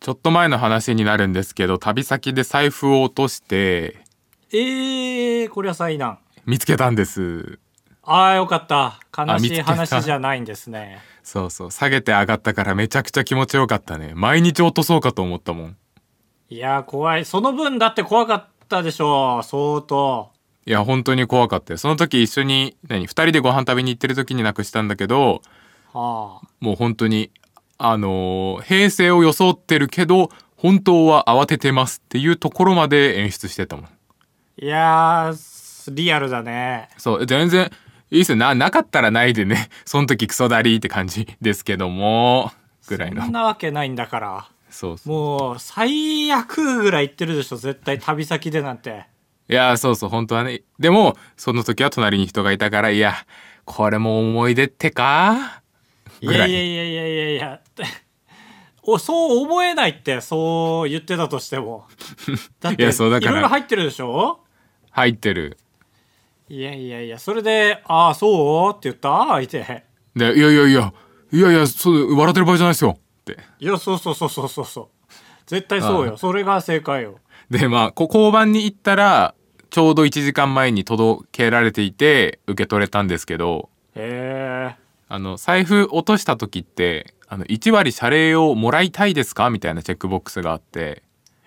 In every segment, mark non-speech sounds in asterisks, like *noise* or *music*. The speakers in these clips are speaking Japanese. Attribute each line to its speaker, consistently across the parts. Speaker 1: ちょっと前の話になるんですけど、旅先で財布を落として
Speaker 2: ええー、こりゃ災難。
Speaker 1: 見つけたんです。
Speaker 2: ああ、よかった。悲
Speaker 1: あ見
Speaker 2: し
Speaker 1: つ
Speaker 2: い
Speaker 1: けた
Speaker 2: 話じゃないんですね。
Speaker 1: そうそう、下げて上がったからめちゃくちゃ気持ちよかったね。毎日落とそうかと思ったもん。
Speaker 2: いやー、怖い。その分だって怖かったでしょう。相当。
Speaker 1: いや、本当に怖かったよ。その時一緒に、何、二人でご飯食べに行ってる時になくしたんだけど、
Speaker 2: はあ。
Speaker 1: もう本当に、あのー平成を装ってるけど、本当は慌ててますっていうところまで演出してたもん。
Speaker 2: いやー、リアルだね。
Speaker 1: そう、全然、いいっすよな、なかったらないでね、その時クソだりーって感じですけども、ぐらいの
Speaker 2: そん。なわけないんだから。
Speaker 1: そうそう。
Speaker 2: もう、最悪ぐらい言ってるでしょ。絶対旅先でなんて。
Speaker 1: いやー、そうそう、本当はね。でも、その時は隣に人がいたから、いや、これも思い出ってか
Speaker 2: い
Speaker 1: ぐ
Speaker 2: や
Speaker 1: らい
Speaker 2: いやいやいやいやいや。 *laughs* おそう思えないってそう言ってたとして
Speaker 1: *laughs*
Speaker 2: もだって
Speaker 1: いやそうだ
Speaker 2: い
Speaker 1: から
Speaker 2: ろいろ入ってるでしょ
Speaker 1: 入ってる。
Speaker 2: いやいやいやそれで「ああそう?」って言った相手
Speaker 1: で、いやいやいや、いやいや、そう、笑ってる場合じゃないですよ。って。
Speaker 2: いやそうそうそうそうそうそう絶対そうよ
Speaker 1: あ
Speaker 2: それが正解よ
Speaker 1: で、まあ、こ交番に行ったら、ちょうど1時間前に届けられていて、受け取れたんですけど、
Speaker 2: へえ
Speaker 1: あの、財布落とした時って、あの、1割謝礼をもらいたいですかみたいなチェックボックスがあって、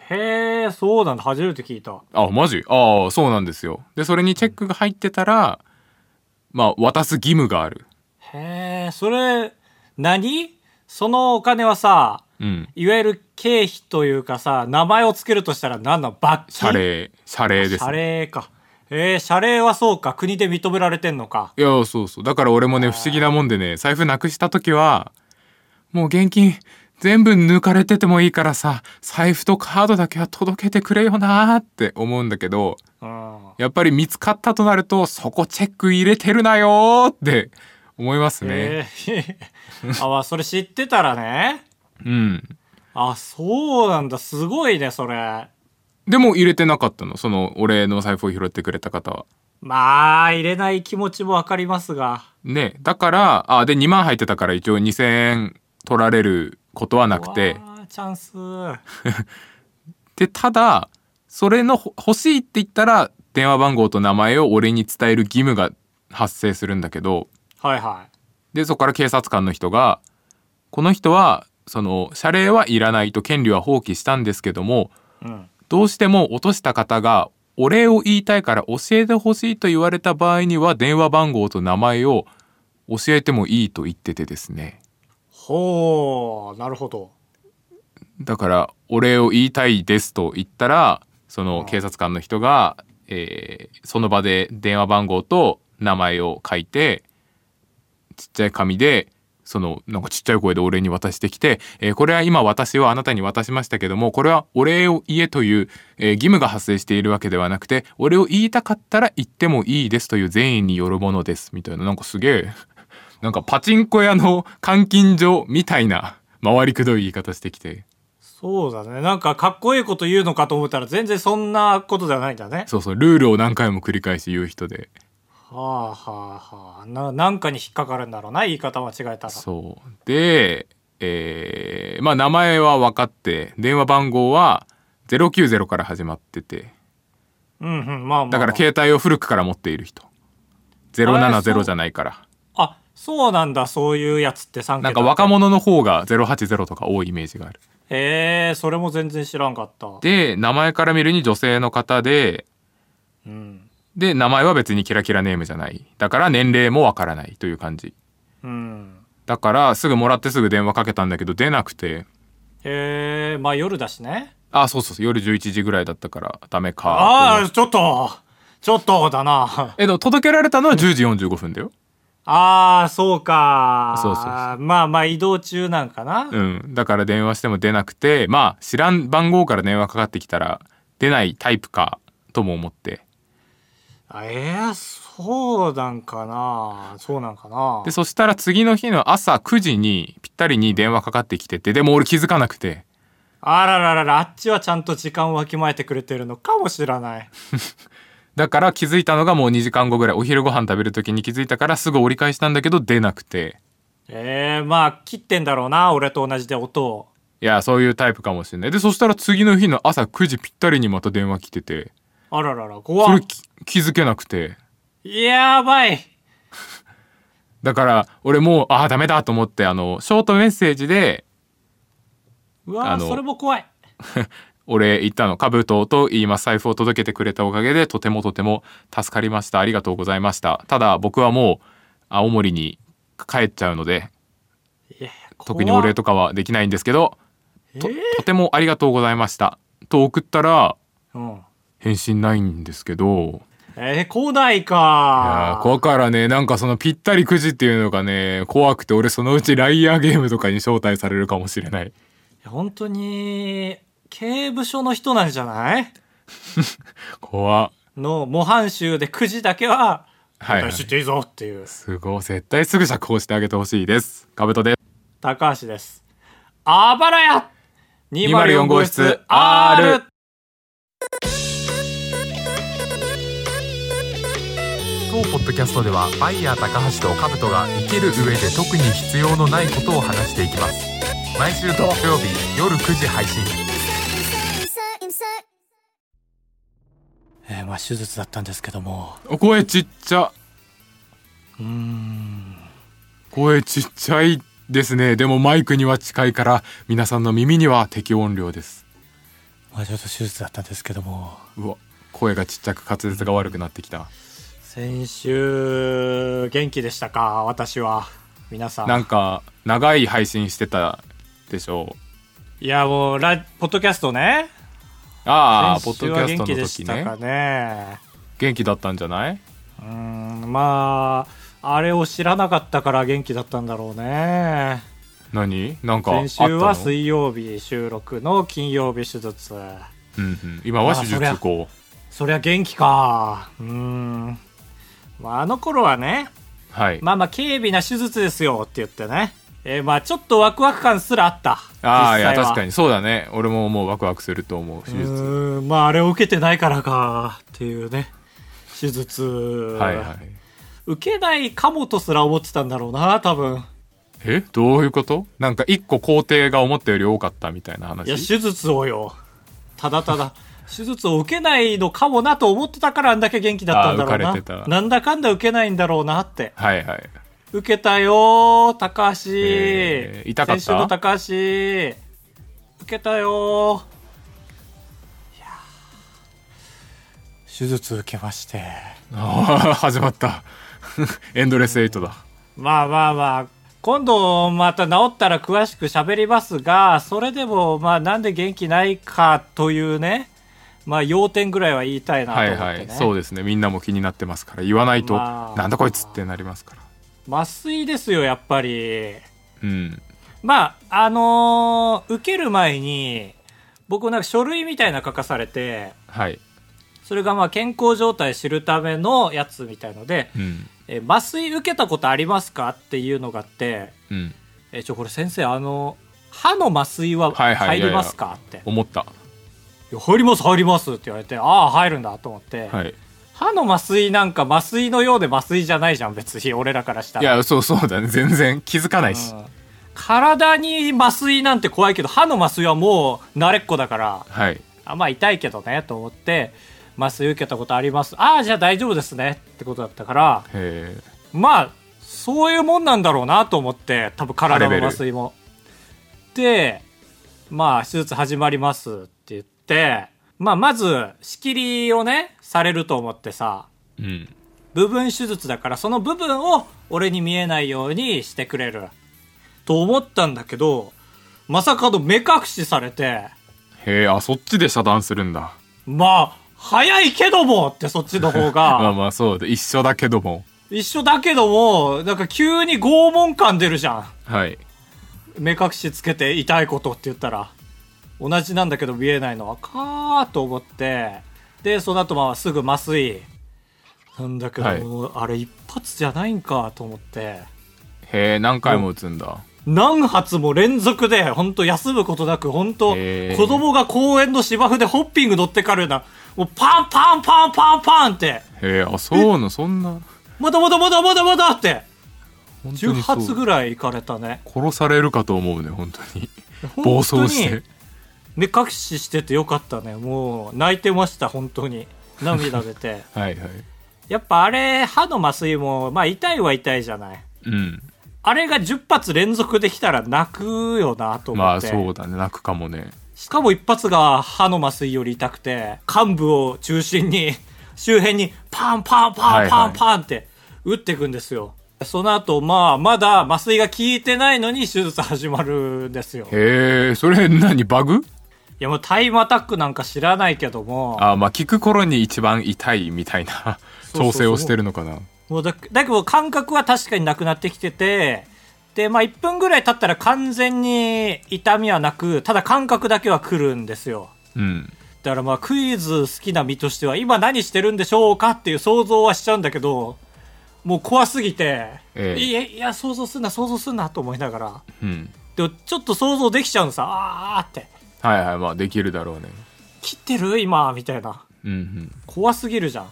Speaker 2: へえそうなんだ初めて聞いた
Speaker 1: あ、マジああ、そうなんですよ。で、それにチェックが入ってたら、まあ、渡す義務がある。
Speaker 2: へえそれ何そのお金はさ
Speaker 1: うん。
Speaker 2: いわゆる経費というかさ名前をつけるとしたら何なの罰金
Speaker 1: 謝礼、謝礼です、
Speaker 2: 謝礼かえー、謝礼はそうか国で認められてんのか
Speaker 1: いや、そうそう。だから俺もね、不思議なもんでね、財布なくした時は、もう現金全部抜かれててもいいからさ、財布とカードだけは届けてくれよなーって思うんだけど、
Speaker 2: うん
Speaker 1: やっぱり見つかったとなると、そこチェック入れてるなよーって思いますね。
Speaker 2: えー *laughs* あわそれ知ってたらね
Speaker 1: うん。
Speaker 2: あそうなんだすごいねそれ
Speaker 1: でも入れてなかったの、そのお礼の財布を拾ってくれた方は。
Speaker 2: まあ入れない気持ちもわかりますが
Speaker 1: ね、だから、あ、で2万入ってたから一応2000円取られることはなくて。
Speaker 2: わあチャンス
Speaker 1: でただそれのほ欲しいって言ったら電話番号と名前を俺に伝える義務が発生するんだけど
Speaker 2: はいは
Speaker 1: でそこから警察官の人がこの人はその謝礼はいらないと権利は放棄したんですけども
Speaker 2: い、うん、
Speaker 1: どうしても落とした方がお礼を言いたいから教えてほしいと言われた場合には電話番号と名前を教えてもいいと言っててですね
Speaker 2: ほうなるほど
Speaker 1: だから「お礼を言いたいです」と言ったらその警察官の人が、えーその場で電話番号と名前を書いてちっちゃい紙でそのなんかちっちゃい声でお礼に渡してきて、えーこれは今私はあなたに渡しましたけどもこれはお礼を言えという、えー義務が発生しているわけではなくてお礼を言いたかったら言ってもいいですという善意によるものですみたいななんかすげえなんかパチンコ屋の監禁所みたいな回りくどい言い方してきて。
Speaker 2: そうだねなんかかっこいいこと言うのかと思ったら全然そんなことじゃないんだね
Speaker 1: そうそう、ルールを何回も繰り返し言う人で。
Speaker 2: はあはあはあななんかに引っかかるんだろうな言い方間違えたら
Speaker 1: そう。で、えーまあ名前は分かって、電話番号は090から始まってて、
Speaker 2: うんうんまあまあ、まあ、
Speaker 1: だから携帯を古くから持っている人。070じゃないから。
Speaker 2: あそうなんだそういうやつって3桁
Speaker 1: なんか若者の方が080とか多いイメージがある。
Speaker 2: へえそれも全然知らんかった
Speaker 1: で、名前から見るに女性の方で、
Speaker 2: うん
Speaker 1: で、名前は別にキラキラネームじゃない。だから年齢もわからないという感じ。
Speaker 2: うん
Speaker 1: だからすぐもらってすぐ電話かけたんだけど出なくて、
Speaker 2: へえまあ夜だしね
Speaker 1: あ、そうそうそう、夜11時ぐらいだったからダメか。
Speaker 2: ああちょっとちょっとだな *laughs*
Speaker 1: え、でも届けられたのは10時45分だよ。
Speaker 2: ああそうか
Speaker 1: そうそうそ
Speaker 2: まあまあ移動中なんかな、
Speaker 1: うん。だから電話しても出なくて、まあ知らん番号から電話かかってきたら出ないタイプかとも思って。
Speaker 2: あええそうなんかなそうなんかな
Speaker 1: で、そしたら次の日の朝9時にぴったりに電話かかってきてて、でも俺気づかなくて。
Speaker 2: あららららあっちはちゃんと時間をわきまえてくれてるのかもしれない
Speaker 1: だから気づいたのがもう2時間後ぐらい、お昼ご飯食べる時に気づいたからすぐ折り返したんだけど出なくて。
Speaker 2: ええまあ切ってんだろうな俺と同じで音を
Speaker 1: いやそういうタイプかもしれないでそしたら次の日の朝9時ぴったりにまた電話来てて
Speaker 2: あららら、
Speaker 1: そ
Speaker 2: 怖
Speaker 1: れ
Speaker 2: っ
Speaker 1: き気づけなくて
Speaker 2: やばい。
Speaker 1: だから俺もうああダメだと思ってあのショートメッセージで
Speaker 2: うわ
Speaker 1: あ
Speaker 2: ー
Speaker 1: の
Speaker 2: それも怖い。
Speaker 1: お礼言ったのカブトと言います財布を届けてくれたおかげでとてもとても助かりましたありがとうございましたただ僕はもう青森に帰っちゃうので
Speaker 2: いや
Speaker 1: 特にお礼
Speaker 2: と。
Speaker 1: とかはできないんですけどと,、
Speaker 2: えー
Speaker 1: とてもありがとうございましたと送ったら
Speaker 2: うん。
Speaker 1: 返信ないんですけど
Speaker 2: えー、古代
Speaker 1: いや
Speaker 2: か
Speaker 1: ー。だからねなんかそのぴったりくじっていうのがね怖くて俺そのうちライアーゲームとかに招待されるかもしれない
Speaker 2: いや本当に、刑務所の人なんじゃない
Speaker 1: 怖っ
Speaker 2: の、模範囚でくじだけは、
Speaker 1: はいはい
Speaker 2: 私知っていいぞっていう、
Speaker 1: すごい絶対すぐ釈放してあげてほしいですカブトです
Speaker 2: 高橋です。あばらや !204
Speaker 1: 204
Speaker 2: 号
Speaker 1: 号
Speaker 2: 室
Speaker 1: 室
Speaker 2: R!
Speaker 1: R 当ポッドキャストではバイヤー高橋とカブトが生きる上で特に必要のないことを話していきます毎週土曜日夜9時配信
Speaker 3: insert, insert.
Speaker 2: えー、まあ手術だったんですけども、
Speaker 1: お声ちっちゃ
Speaker 2: うーん、
Speaker 1: 声ちっちゃいですねでもマイクには近いから皆さんの耳には適音量です
Speaker 2: まあちょっと手術だったんですけども、
Speaker 1: うわ声がちっちゃく滑舌が悪くなってきた
Speaker 2: 先週、元気でしたか私は。皆さん。
Speaker 1: なんか長い配信してたでしょう
Speaker 2: いや、もう、ラ、ポッドキャストね。
Speaker 1: ああポッド
Speaker 2: 先週
Speaker 1: キ
Speaker 2: は
Speaker 1: ャス
Speaker 2: 元
Speaker 1: ト
Speaker 2: 気で
Speaker 1: の
Speaker 2: し
Speaker 1: 時
Speaker 2: たか
Speaker 1: ね
Speaker 2: ね。
Speaker 1: 元気だったんじゃないう
Speaker 2: ーん、まあ、あれを知らなかったから元気だったんだろうね。
Speaker 1: 何なんかあったの
Speaker 2: 先週は水曜日収録の金曜日手術。
Speaker 1: うんうん、今は手術
Speaker 2: まあそりゃ
Speaker 1: こ
Speaker 2: そりゃ元気か。うーん。まあ、あの頃はね、
Speaker 1: うはい、
Speaker 2: まあまあ、軽微な手術ですよって言ってね。えーまあ、ちょっとワクワク感すらあった。
Speaker 1: ああいや
Speaker 2: 実際は
Speaker 1: 確かにそうだね俺ももうワクワクすると思う手
Speaker 2: う
Speaker 1: 術
Speaker 2: ーん、まあ、あれを受けてないからか、っていうね。手術。
Speaker 1: はいはい
Speaker 2: 受けないかもとすら思ってたんだろうな、多分。
Speaker 1: えどういうことなんか一個工程が思ったより多かったみたいない
Speaker 2: や、
Speaker 1: 話
Speaker 2: 手術をよ。ただただ、手術を受けないのかもなと思ってたからあんだけ元気だったんだろう
Speaker 1: あー浮
Speaker 2: な。
Speaker 1: かれてた
Speaker 2: なんだかんだ受けないんだろうなって。
Speaker 1: はいはい
Speaker 2: 受けたよー、高橋。
Speaker 1: えー痛かった
Speaker 2: 先週の高橋。受けたよー。いやー手術受けまして。
Speaker 1: ああ始まった *laughs* エンドレスエイトだ
Speaker 2: まあまあまあ、今度また治ったら詳しく喋りますが、それでもまあなんで元気ないかというね、まあ要点ぐらいは言いたいなと
Speaker 1: は
Speaker 2: 思っ
Speaker 1: い
Speaker 2: て、ね。
Speaker 1: はいそうですねみんなも気になってますから言わないと、
Speaker 2: まあ
Speaker 1: なんだこいつってなりますから
Speaker 2: 麻酔ですよ、やっぱり。
Speaker 1: うん
Speaker 2: まあ、あのー受ける前に、僕なんか書類みたいなの書かされて、
Speaker 1: はい
Speaker 2: それがまあ健康状態知るためのやつみたいので、
Speaker 1: うん
Speaker 2: え麻酔受けたことありますかっていうのがあって、
Speaker 1: うん
Speaker 2: えちょ、これ先生、あの、歯の麻酔は
Speaker 1: はいはい
Speaker 2: 入
Speaker 1: いやいや
Speaker 2: りますかって。
Speaker 1: 思った
Speaker 2: いや入ります入りますって言われてああ入るんだと思って、
Speaker 1: はい
Speaker 2: 歯の麻酔なんか麻酔のようで麻酔じゃないじゃん別に俺らからした
Speaker 1: い
Speaker 2: ら
Speaker 1: やそうそうだね全然気づかないし、
Speaker 2: うん体に麻酔なんて怖いけど歯の麻酔はもう慣れっこだから
Speaker 1: はい
Speaker 2: あまあ痛いけどねと思って麻酔受けたことありますああじゃあ大丈夫ですねってことだったから
Speaker 1: へえ
Speaker 2: まあそういうもんなんだろうなと思って多分体
Speaker 1: レベ
Speaker 2: の
Speaker 1: ル
Speaker 2: 麻酔もでまあ手術始まりますって言ってまあまず仕切りをねされると思ってさ
Speaker 1: うん
Speaker 2: 部分手術だからその部分を俺に見えないようにしてくれると思ったんだけどまさかの目隠しされて
Speaker 1: へえあそっちで遮断するんだ
Speaker 2: まあ早いけどもってそっちの方
Speaker 1: *laughs* まあ
Speaker 2: が
Speaker 1: まあそうで一緒だけども
Speaker 2: 一緒だけどもなんか急に拷問感出るじゃん
Speaker 1: はい
Speaker 2: 目隠しつけて痛いことって言ったら同じなんだけど見えないのはかーと思ってでその後まあすぐ麻酔なんだけど、
Speaker 1: はい
Speaker 2: もうあれ一発じゃないんかと思って
Speaker 1: へえ何回も打つんだ
Speaker 2: 何発も連続で本当休むことなく本当
Speaker 1: へ
Speaker 2: 子
Speaker 1: ー
Speaker 2: 供が公園の芝生でホッピング乗ってかるようなもうパンパンパンパンパンって
Speaker 1: へえあそうなそんな
Speaker 2: まだまだまだまだまだって
Speaker 1: 本当
Speaker 2: 10
Speaker 1: にそう
Speaker 2: 発ぐらい行かれたね
Speaker 1: 殺されるかと思うね本当に暴走し
Speaker 2: 本
Speaker 1: て
Speaker 2: 当に目隠ししててよかったねもう泣いてました本当に涙
Speaker 1: *laughs*
Speaker 2: 出て
Speaker 1: はいはい
Speaker 2: やっぱあれ歯の麻酔もまあ痛いは痛いじゃない
Speaker 1: うん
Speaker 2: あれが10発連続できたら泣くよなと思
Speaker 1: まあ
Speaker 2: って、
Speaker 1: そうだね泣くかもね
Speaker 2: しかも一発が歯の麻酔より痛くて患部を中心に *laughs* 周辺にパンパンパンパンパンって打っていくんですよ、その後まあまだ麻酔が効いてないのに手術始まるんですよい
Speaker 1: へえそれ何バグ
Speaker 2: やもうタイムアタックなんか知らないけども
Speaker 1: あまあ聞く頃に一番痛いみたいな
Speaker 2: そうそうそう
Speaker 1: 調整をしてるのかな
Speaker 2: もうだだけど感覚は確かになくなってきててでまあ1分ぐらい経ったら完全に痛みはなくただ感覚だけは来るんですよ
Speaker 1: うん
Speaker 2: だからまあクイズ好きな身としては今何してるんでしょうかっていう想像はしちゃうんだけどもう怖すぎて、
Speaker 1: ええ
Speaker 2: いやいや想像すんな想像すんなと思いながら
Speaker 1: うん
Speaker 2: でもちょっと想像できちゃうのさあーって
Speaker 1: はいはいまあできるだろうね
Speaker 2: 切ってる今みたいな
Speaker 1: うんうん
Speaker 2: 怖すぎるじゃん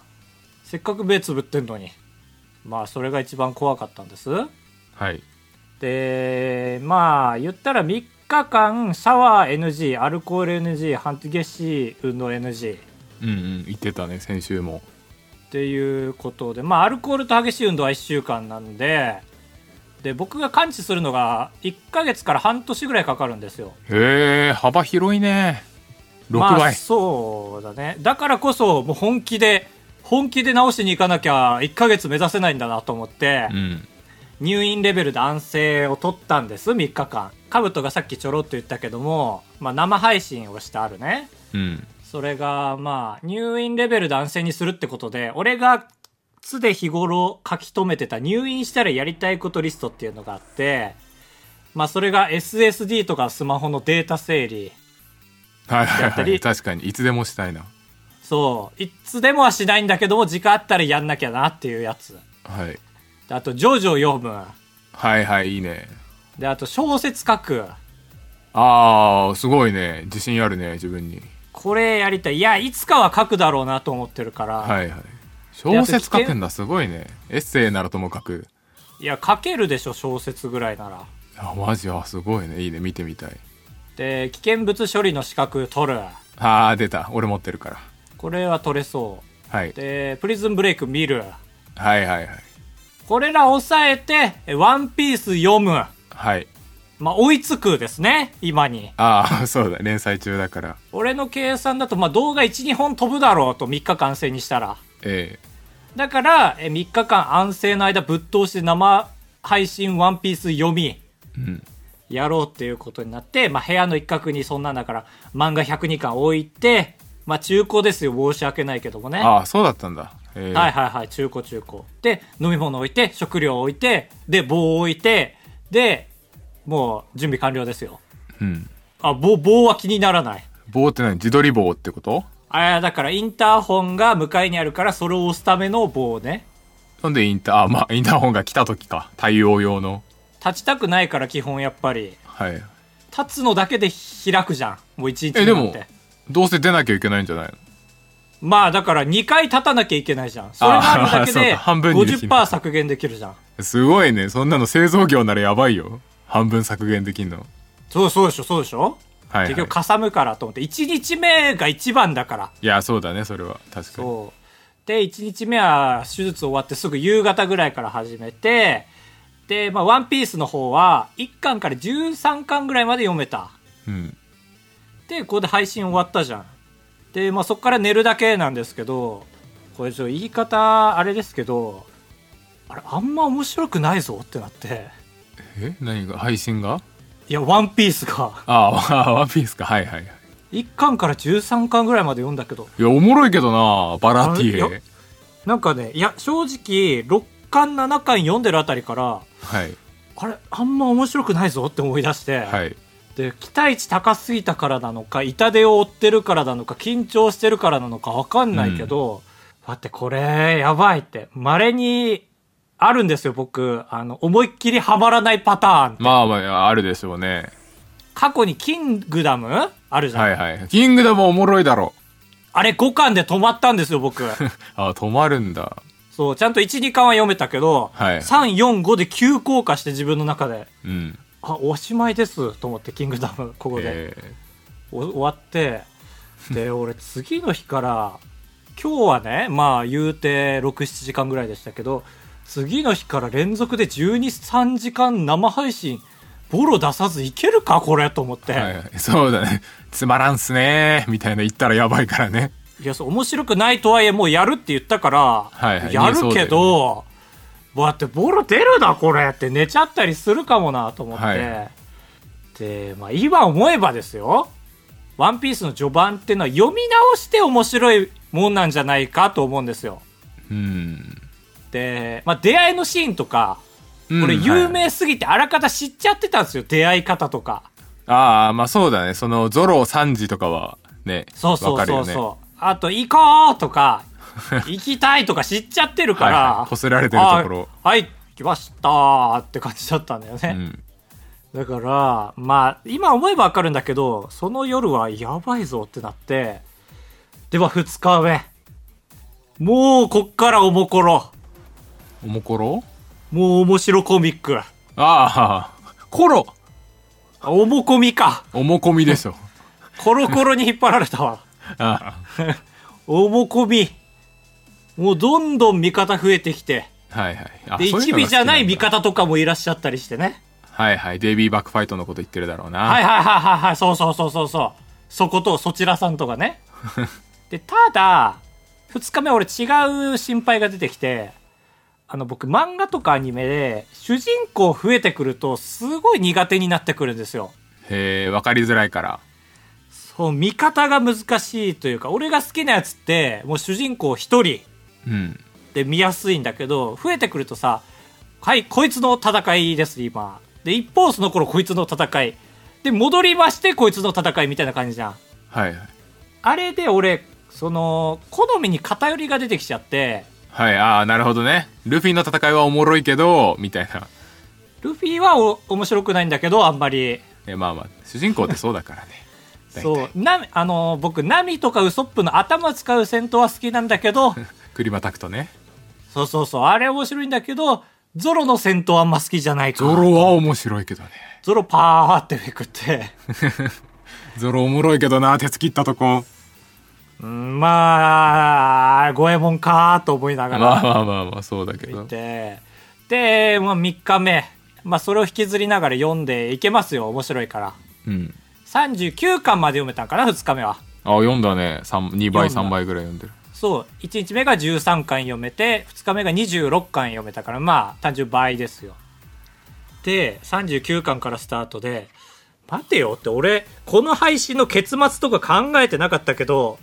Speaker 2: せっかく目つぶってんのにまあそれが一番怖かったんです
Speaker 1: はい
Speaker 2: でまあ言ったら3日間シャワー NG アルコール NG 半月し運動 NG
Speaker 1: うんうん言ってたね先週も
Speaker 2: っていうことでまあアルコールと激しい運動は1週間なんでで僕が完治するのが1ヶ月から半年ぐらいかかるんですよ
Speaker 1: へえ幅広いね6倍、
Speaker 2: まあそうだねだからこそもう本気で本気で直しに行かなきゃ1ヶ月目指せないんだなと思って、
Speaker 1: うん
Speaker 2: 入院レベルで安静を取ったんです3日間カブトがさっきちょろっと言ったけども、まあ、生配信をしてあるね
Speaker 1: うん
Speaker 2: それがまあ入院レベルで安静にするってことで俺が常日頃書き留めてた入院したらやりたいことリストっていうのがあってまあそれが SSD とかスマホのデータ整理
Speaker 1: はいはい
Speaker 2: やった
Speaker 1: はい
Speaker 2: り
Speaker 1: 確かにいつでもしたいな
Speaker 2: そういつでもはしないんだけども時間あったらやんなきゃなっていうやつ
Speaker 1: はい
Speaker 2: であとジョジョを読む
Speaker 1: はいはいいいね
Speaker 2: であと小説書く
Speaker 1: ああすごいね自信あるね自分に
Speaker 2: これやりたいいやいつかは書くだろうなと思ってるから、
Speaker 1: はいはい小説書くんだすごいねエッセイならともかく
Speaker 2: い、や書けるでしょ小説ぐらいなら
Speaker 1: あマジあすごいねいいね見てみたい
Speaker 2: で危険物処理の資格取る
Speaker 1: あー出た俺持ってるから
Speaker 2: これは取れそう
Speaker 1: はい
Speaker 2: で、プリズンブレイク見る。
Speaker 1: はいはいはい
Speaker 2: これら押さえて、えワンピース読む。
Speaker 1: はい
Speaker 2: まあ、追いつくですね、今に。
Speaker 1: ああそうだ連載中だから
Speaker 2: 俺の計算だと、まあ、動画1、2本飛ぶだろうと、3日間安静にしたら。
Speaker 1: え
Speaker 2: だから、え3日間安静の間ぶっ通して生配信ワンピース読み、
Speaker 1: えうん
Speaker 2: やろうっていうことになって、まあ、部屋の一角にそんなんだから、漫画102巻置いて、まあ、中古ですよ、申し訳ないけどもね。
Speaker 1: ああそうだったんだええ
Speaker 2: はいはいはい、中古中古。で、飲み物置いて、食料置いて、で、棒置いて、で、もう準備完了ですよ。
Speaker 1: うん
Speaker 2: あ、棒、棒は気にならない。
Speaker 1: 棒って何自撮り棒ってこと
Speaker 2: あだからインターホンが向かいにあるから、それを押すための棒ね。
Speaker 1: なんでインターあまあインターホンが来た時か対応用の
Speaker 2: 立ちたくないから基本やっぱり。
Speaker 1: はい
Speaker 2: 立つのだけで開くじゃん。もう一日
Speaker 1: えで
Speaker 2: なん
Speaker 1: も
Speaker 2: て。
Speaker 1: どうせ出なきゃいけないんじゃないの
Speaker 2: まあだから2回立たなきゃいけないじゃん。それがあるだけ
Speaker 1: あーそう
Speaker 2: で
Speaker 1: か半分にできる
Speaker 2: 50%削減できるじゃん。
Speaker 1: すごいねそんなの製造業ならやばいよ半分削減できんの
Speaker 2: そうそうでしょ、そうでしょ、
Speaker 1: はい、はい、
Speaker 2: 結局かさむからと思って。1日目が一番だから。
Speaker 1: いやそうだねそれは確かに
Speaker 2: そう。で、1日目は手術終わってすぐ夕方ぐらいから始めて、で、まあ、ワンピースの方は1巻から13巻ぐらいまで読めた。
Speaker 1: うん
Speaker 2: で、ここで配信終わったじゃん。で、まあ、そこから寝るだけなんですけど、これちょっと言い方あれですけど、あれ、あんま面白くないぞってなって。
Speaker 1: え何が配信が
Speaker 2: いや、ワンピースが、
Speaker 1: ああ *laughs* ワンピースかはいはいはい
Speaker 2: 1巻から13巻ぐらいまで読んだけど、
Speaker 1: いやおもろいけどなバラティ
Speaker 2: あいや
Speaker 1: エ
Speaker 2: なんかね、いや、正直、6巻、7巻読んでるあたりから、
Speaker 1: はい
Speaker 2: あれあんま面白くないぞって思い出して、
Speaker 1: はい
Speaker 2: で期待値高すぎたからなのか痛手を負ってるからなのか緊張してるからなのか分かんないけど、待ってこれやばいってまれにあるんですよ僕あの思いっきりハマらないパターン
Speaker 1: まあまああるでしょうね
Speaker 2: 過去に「キングダム」あるじゃん、
Speaker 1: はいはいキングダムおもろいだろ *laughs*
Speaker 2: あれ5巻で止まったんですよ僕
Speaker 1: ああ止まるんだ
Speaker 2: そうちゃんと12巻は読めたけど、
Speaker 1: はい
Speaker 2: 345で急降下して自分の中で
Speaker 1: うん
Speaker 2: あおしまいですと思って「キングダム」ここで、
Speaker 1: えー
Speaker 2: お終わって
Speaker 1: *laughs*
Speaker 2: で俺次の日から今日はねまあ言うて67時間ぐらいでしたけど次の日から連続で123時間生配信ボロ出さずいけるかこれと思って、
Speaker 1: はい
Speaker 2: い、
Speaker 1: はい、そうだね。つまらんっすねみたいな言ったらやばいからね。
Speaker 2: やそう面白くないとはいえもうやるって言ったから、
Speaker 1: はいはい
Speaker 2: やるけどだ,、ってボロ出るなこれって寝ちゃったりするかもなと思って、
Speaker 1: は
Speaker 2: でまあ今思えばですよワンピースの序盤ってのは読み直して面白いもんなんじゃないかと思うんですよ。
Speaker 1: うん。
Speaker 2: で、まあ、出会いのシーンとか、これ
Speaker 1: うん
Speaker 2: 有
Speaker 1: はい
Speaker 2: 名すぎてあらかた知っちゃってたんですよ、出会い方とか。
Speaker 1: ああ、まあそうだね。その、ゾロ3時とかはね、
Speaker 2: そうそ
Speaker 1: わ
Speaker 2: う
Speaker 1: かる
Speaker 2: そ
Speaker 1: よ
Speaker 2: う
Speaker 1: ね。
Speaker 2: そう。あと、行こう
Speaker 1: *laughs*
Speaker 2: とか、行きたいとか知っちゃってるから、
Speaker 1: はいはいこすられてるところ
Speaker 2: あはい、来ましたーって感じだったんだよね。
Speaker 1: うん。
Speaker 2: だから、まあ、今思えばわかるんだけど、その夜はやばいぞってなって、では2日目。もうこっからおもころ。
Speaker 1: おもころ
Speaker 2: もう面白コミック。
Speaker 1: ああ、コロ
Speaker 2: あおもこみか。
Speaker 1: おもこみでし
Speaker 2: *laughs*
Speaker 1: ょ。
Speaker 2: コロコロに引っ張ら
Speaker 1: *laughs*
Speaker 2: れたわ。
Speaker 1: あ
Speaker 2: おもこみ。もうどんどん味方増えてきて。
Speaker 1: あはいはい。あ
Speaker 2: で、
Speaker 1: そううのが好きん
Speaker 2: 一
Speaker 1: だ
Speaker 2: 尾じゃない味方とかもいらっしゃったりしてね。
Speaker 1: はいはい。デイビーバックファイトのこと言ってるだろうな。
Speaker 2: はいはいはいはいはい、そうそうそうそうそう。そこと、そちらさんとかね。
Speaker 1: *laughs*
Speaker 2: で、ただ、二日目俺違う心配が出てきて、あの僕漫画とかアニメで主人公増えてくるとすごい苦手になってくるんですよ。
Speaker 1: へえ、わかりづらいから。
Speaker 2: そう、見方が難しいというか、俺が好きなやつってもう主人公一人
Speaker 1: うん。
Speaker 2: で見やすいんだけど、増えてくるとさ、はい、こいつの戦いです、今。で、一方その頃こいつの戦い。で、戻りましてこいつの戦いみたいな感じじゃん。
Speaker 1: はいはい。
Speaker 2: あれで俺、その、好みに偏りが出てきちゃって、
Speaker 1: はい、ああ、なるほどね。ルフィの戦いはおもろいけど、みたいな。
Speaker 2: ルフィはお面白くないんだけど、あんまり。
Speaker 1: えまあまあ、主人公ってそうだからね。大体
Speaker 2: そう。な、あの、僕、ナミとかウソップの頭使う戦闘は好きなんだ
Speaker 1: *laughs*
Speaker 2: けど、
Speaker 1: クリマタクトね。
Speaker 2: そうそうそう、あれ面白いんだけど、ゾロの戦闘あんま好きじゃないか
Speaker 1: ゾ
Speaker 2: ら。
Speaker 1: ロは面白いけどね。
Speaker 2: ゾロパーってめくって。
Speaker 1: ゾロおもろいけどな、手つきったとこ。
Speaker 2: うんまあ、五右衛門かーと思いなが
Speaker 1: まあ
Speaker 2: ら。
Speaker 1: まあまあまあ、そうだけど。
Speaker 2: で、で、まあ、3日目。まあ、それを引きずりながら読んでいけますよ。面白いから。
Speaker 1: うん。
Speaker 2: 39巻まで読めたんかな、2日目は。
Speaker 1: あ、読んだね。2倍、
Speaker 2: 読
Speaker 1: 3
Speaker 2: んだ
Speaker 1: 倍ぐらい読んでる。
Speaker 2: そう、1日目が13巻読めて、2日目が26巻読めたから、まあ、単純倍ですよ。で、39巻からスタートで、待てよって、俺、この配信の結末とか考えてなかったけど、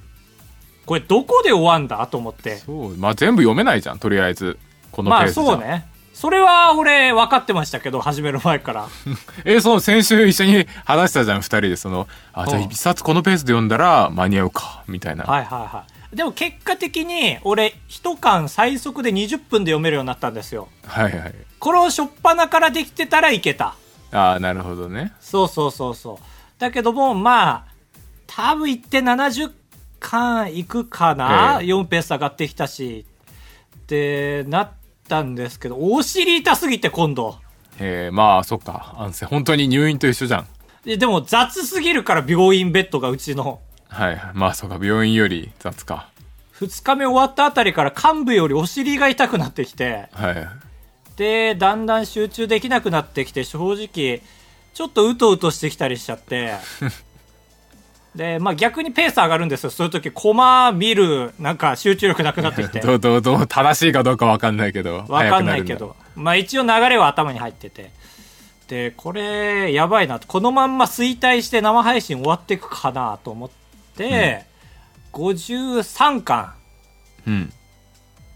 Speaker 2: これどこで終わんだと思って。
Speaker 1: そう。まあ全部読めないじゃん、とりあえず。この
Speaker 2: ま
Speaker 1: ペー
Speaker 2: あ
Speaker 1: スじゃ
Speaker 2: そう。ね。それは俺分かってましたけど、始める前
Speaker 1: *laughs*
Speaker 2: から。
Speaker 1: え、そう、先週一緒に話したじゃん、二人で。その、あ、じゃあ
Speaker 2: うん
Speaker 1: 一冊このペースで読んだら間に合うか、みたいな。
Speaker 2: はいはいはい。でも結果的に、俺、一巻最速で20分で読めるようになったんですよ。
Speaker 1: はい、はい、
Speaker 2: これを初っ端からできてたらいけた。
Speaker 1: ああ、なるほどね。
Speaker 2: そうそうそうそう。だけども、まあ、多分行って70巻いくかな、
Speaker 1: ええ
Speaker 2: ?4 ペース上がってきたし、ってなったんですけど、お尻痛すぎて今度。
Speaker 1: えー、まあ、そっか。安静。本当に入院と一緒じゃん。
Speaker 2: ででも雑すぎるから病院ベッドがうちの。
Speaker 1: はいはい。まあ、そうか。病院より雑か。
Speaker 2: 2日目終わったあたりから幹部よりお尻が痛くなってきて、
Speaker 1: はいはい。
Speaker 2: で、だんだん集中できなくなってきて、正直、ちょっとうとうとしてきたりしち
Speaker 1: *laughs*
Speaker 2: ゃって、で、まあ逆にペース上がるんですよ。そういう時、コマ見る、なんか集中力なくなってき
Speaker 1: *laughs*
Speaker 2: て。
Speaker 1: どうどうどう正しいかどうかわかんないけど。
Speaker 2: わかんないけ
Speaker 1: 早くる
Speaker 2: ど。まあ一応流れは頭に入ってて。で、これ、やばいなと。このまんま衰退して生配信終わっていくかなと思って、53巻。
Speaker 1: んだ。うん。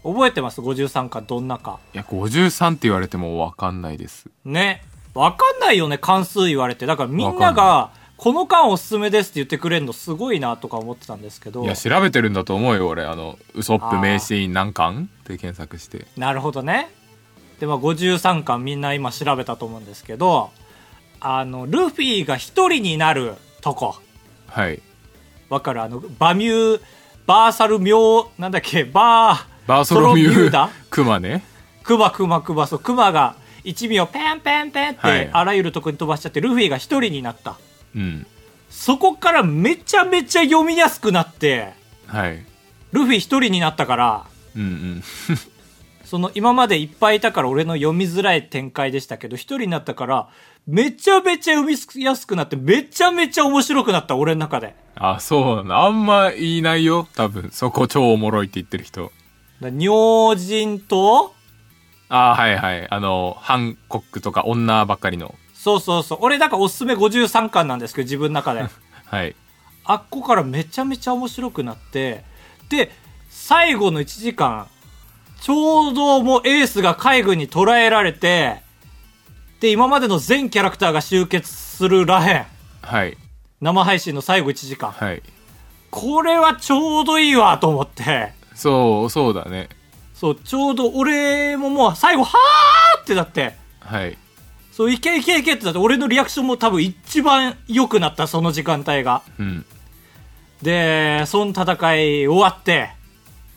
Speaker 2: 覚えてます ?53 巻どんなか。
Speaker 1: いや、53って言われてもわかんないです。
Speaker 2: ね。わかんないよね、関数言われて。だからみん
Speaker 1: わか
Speaker 2: なん
Speaker 1: な
Speaker 2: が、この間おすすめですって言ってくれるのすごいなとか思ってたんですけど
Speaker 1: い。や、調べてるんだと思うよ、俺。あの、ウソッ
Speaker 2: あー
Speaker 1: プ名シーン何巻って検索して。
Speaker 2: なるほどね。で、まあ53巻みんな今調べたと思うんですけど、あの、ルフィが一人になるとこ。
Speaker 1: はい。
Speaker 2: わかるあの、バミュー、バーサル明、なんだっけ、バー、
Speaker 1: バーソロミュ
Speaker 2: ダ
Speaker 1: ー、クマね。
Speaker 2: クマクマクマ、そう、クマが一味をペンペンペンっ
Speaker 1: はい
Speaker 2: てあらゆるとこに飛ばしちゃってルフィが一人になった
Speaker 1: うん
Speaker 2: そこからめちゃめちゃ読みやすくなって
Speaker 1: はい
Speaker 2: ルフィ一人になったから
Speaker 1: うんうん
Speaker 2: その今までいっぱいいたから俺の読みづらい展開でしたけど一人になったからめちゃめちゃ読みやすくなってめちゃめちゃ面白くなった俺の中で
Speaker 1: あそうなんだあんまいないよ多分そこ超おもろいって言ってる人
Speaker 2: だ尿人と
Speaker 1: ああはいはいあのハンコックとか女ばっかりの
Speaker 2: そうそうそう俺だからおすすめ53巻なんですけど自分の中で
Speaker 1: はい
Speaker 2: あっこからめちゃめちゃ面白くなってで最後の1時間ちょうどもうエースが海軍に捕らえられてで今までの全キャラクターが集結するらへん
Speaker 1: はい
Speaker 2: 生配信の最後1時間、
Speaker 1: はい
Speaker 2: これはちょうどいいわと思って
Speaker 1: そうそうだね
Speaker 2: そうちょうど俺ももう最後はーってなって
Speaker 1: はい
Speaker 2: そういけいけいけってなって俺のリアクションも多分一番良くなったその時間帯が
Speaker 1: うん
Speaker 2: でその戦い終わって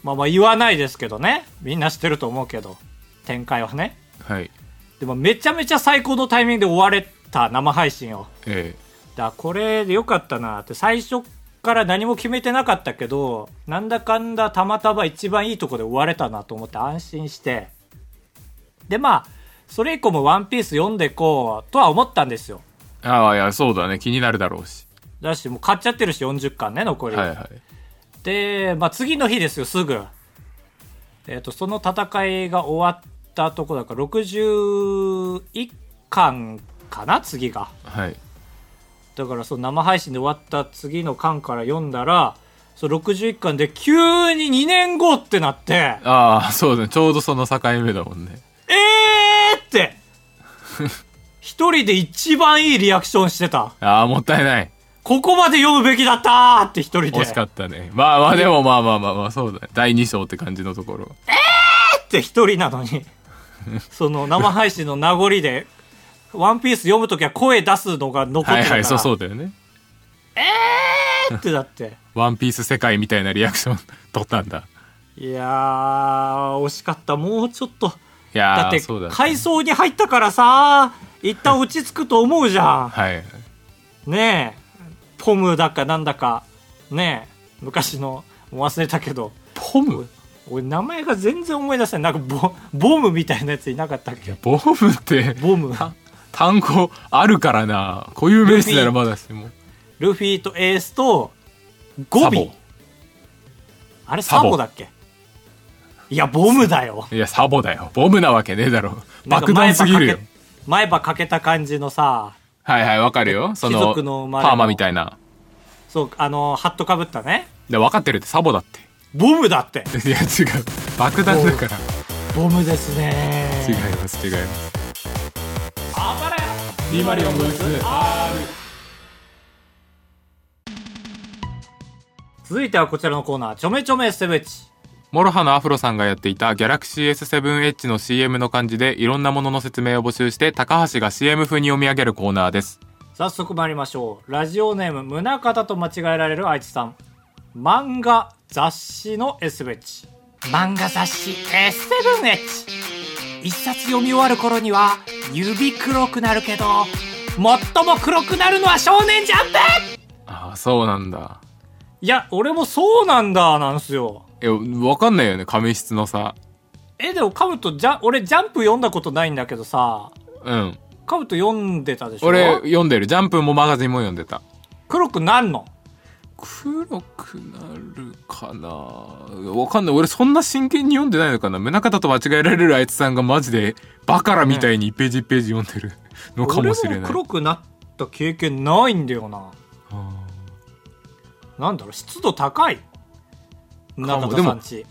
Speaker 2: まあまあ言わないですけどねみんな知ってると思うけど展開はね
Speaker 1: はい
Speaker 2: でもめちゃめちゃ最高のタイミングで終われた生配信を
Speaker 1: え
Speaker 2: だこれでよかったなって最初から何も決めてなかったけどなんだかんだたまたま一番いいとこで終われたなと思って安心してでまあそれ以降も「ワンピース読んでこうとは思ったんですよ
Speaker 1: えああいやそうだね気になるだろうし
Speaker 2: だしもう買っちゃってるし40巻ね残り、
Speaker 1: はいはい
Speaker 2: で、まあ、次の日ですよすぐえっ、とその戦いが終わったとこだから61巻かな次が
Speaker 1: はい
Speaker 2: だからその生配信で終わった次の巻から読んだらその61巻で急に2年後ってなって
Speaker 1: ああそうだねちょうどその境目だもんね
Speaker 2: えーって
Speaker 1: *laughs*
Speaker 2: 一人で一番いいリアクションしてた
Speaker 1: ああもったいない
Speaker 2: ここまで読むべきだったーって一人で
Speaker 1: 惜しかったねまあまあでもまあまあまあまあそうだね第2章って感じのところ
Speaker 2: って一人なのにその生配信の名残で「ワンピース読むときは声出すのが残って
Speaker 1: はい
Speaker 2: たか
Speaker 1: は
Speaker 2: ら
Speaker 1: いそうそうだよね
Speaker 2: ってだって
Speaker 1: ワンピース世界みたいなリアクション取ったんだ
Speaker 2: いやー惜しかったもうちょっと
Speaker 1: いやー
Speaker 2: だって
Speaker 1: そうだね
Speaker 2: 階層に入ったからさ一旦落ち着くと思うじゃ
Speaker 1: はい
Speaker 2: んねえポムだかなんだかねえ昔のもう忘れたけど
Speaker 1: ポム
Speaker 2: 俺名前が全然思い出せないなんかボボムみたいなやついなかったっけ
Speaker 1: ポムって
Speaker 2: ボム
Speaker 1: 単語あるからな固有名詞ならまだしも
Speaker 2: ルフィとエースとゴ
Speaker 1: サ
Speaker 2: ビ
Speaker 1: ボ
Speaker 2: あれ
Speaker 1: サ
Speaker 2: サ
Speaker 1: ボ
Speaker 2: ボだっけいや、ボムだよ。
Speaker 1: いやサボだよボムなわけねえだろ *laughs* 爆
Speaker 2: なん
Speaker 1: 弾す
Speaker 2: か前歯
Speaker 1: ぎ
Speaker 2: かけ
Speaker 1: るよ
Speaker 2: 前歯かけた感じのさ、
Speaker 1: はいはいわかるよそ
Speaker 2: 貴
Speaker 1: の
Speaker 2: 族の生まれの
Speaker 1: パーマみたいな
Speaker 2: そう、あの、ハットかぶったね。
Speaker 1: で分かってるってサボだって *laughs*
Speaker 2: ボムだって。
Speaker 1: いや違う爆弾だから
Speaker 2: ボムですね。
Speaker 1: 違います違います
Speaker 2: あばれ
Speaker 1: リマリオンブース
Speaker 2: 続いてはこちらのコーナー、ちょめちょめセブチ。
Speaker 1: モロハのアフロさんがやっていたギャラクシー S7H の CM の漢字でいろんなものの説明を募集して高橋が CM 風に読み上げるコーナーです。
Speaker 2: 早速参りましょう。ラジオネーム、宗方と間違えられる愛知さん。漫画、雑誌の S ベッチ。漫画雑誌 S7H。一冊読み終わる頃には、指黒くなるけど、最も黒くなるのは少年ジャンプ
Speaker 1: ああ、そうなんだ。
Speaker 2: いや、俺もそうなんだ、なんすよ。
Speaker 1: え、わかんないよね、紙質のさ。
Speaker 2: え、でもカブト、じゃ、俺ジャンプ読んだことないんだけどさ、
Speaker 1: うん。
Speaker 2: カブト読んでたでしょ
Speaker 1: 俺、読んでる。ジャンプもマガジンも読んでた。
Speaker 2: 黒くなんの
Speaker 1: 黒くなるかなわかんない。俺そんな真剣に読んでないのかな宗方と間違えられるあいつさんがマジでバカラみたいに1ページ1ページ読んでるのかもしれ
Speaker 2: 俺
Speaker 1: な
Speaker 2: も
Speaker 1: い。
Speaker 2: 黒くなった経験ないんだよな。
Speaker 1: あ
Speaker 2: なんだろう、湿度高い中田さんち。
Speaker 1: ー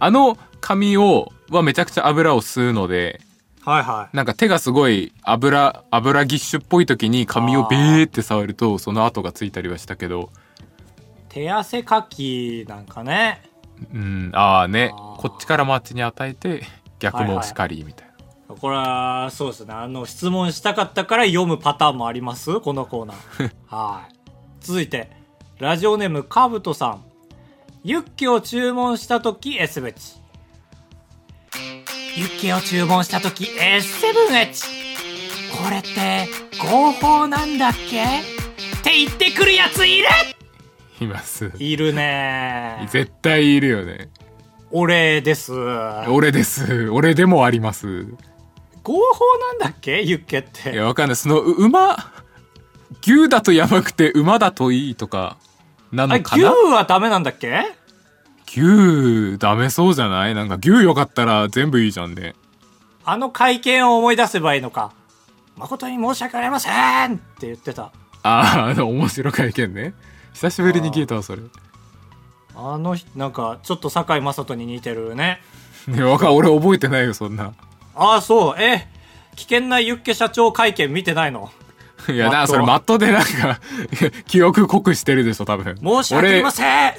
Speaker 1: あの紙を、はめちゃくちゃ油を吸うので、
Speaker 2: はいはい。
Speaker 1: なんか手がすごい油、油ぎっしゅっぽい時に髪をベーって触るとその跡がついたりはしたけど、
Speaker 2: 手汗かきなんかね。
Speaker 1: うん、ああね、
Speaker 2: あー
Speaker 1: こっちからマッチに与えて逆もしかりみたいな。
Speaker 2: これは、そうですね。あの、質問したかったから読むパターンもありますこのコーナ
Speaker 1: *laughs*
Speaker 2: ー。はい。続いて、ラジオネーム、かぶとさん。ユッケを注文したとき、S ベチ。ユッケを注文した時 S7H これって合法なんだっけって言ってくるやついる
Speaker 1: います
Speaker 2: いるね
Speaker 1: 絶対いるよね
Speaker 2: 俺です
Speaker 1: 俺です俺でもあります
Speaker 2: 合法なんだっけユッケっ
Speaker 1: い
Speaker 2: て
Speaker 1: やわかんないそのう馬牛だとやばくて馬だといいとかな
Speaker 2: あ
Speaker 1: のか
Speaker 2: 牛
Speaker 1: な
Speaker 2: はダメなんだっけ
Speaker 1: 牛ダメそうじゃないなんか牛よかったら全部いいじゃんね
Speaker 2: あの会見を思い出せばいいのか誠に申し訳ありませんって言ってた
Speaker 1: あーあの面白会見ね久しぶりに聞いたわそれ
Speaker 2: あの人なんかちょっと堺雅人に似てるね
Speaker 1: ねわかん俺覚えてないよそんな
Speaker 2: ああそうえ危険なユッケ社長会見見てないの
Speaker 1: いや
Speaker 2: マ
Speaker 1: な
Speaker 2: ット
Speaker 1: そ
Speaker 2: は
Speaker 1: れマットでなんか記憶濃くしてるでしょ多分
Speaker 2: 申し訳ありませんえ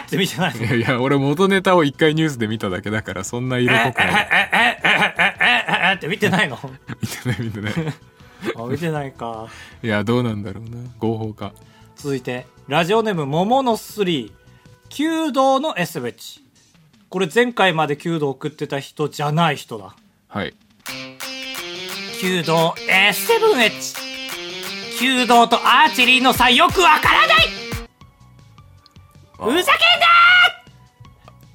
Speaker 2: ー、って見てないの
Speaker 1: 俺いやいや俺元ネタを一回ニュースで見ただけだからそんな色濃く
Speaker 2: ええ *laughs*
Speaker 1: ない
Speaker 2: ええええええって見てないの
Speaker 1: 見てない見てない
Speaker 2: あ見てないか
Speaker 1: いやどうなんだろうな合法か
Speaker 2: 続いてラジオネーム桃の3弓道のエスベチこれ前回まで弓道送ってた人じゃない人だ
Speaker 1: はい
Speaker 2: 弓道 S7H 弓道とアーチェリーの差よくわからないふざけんな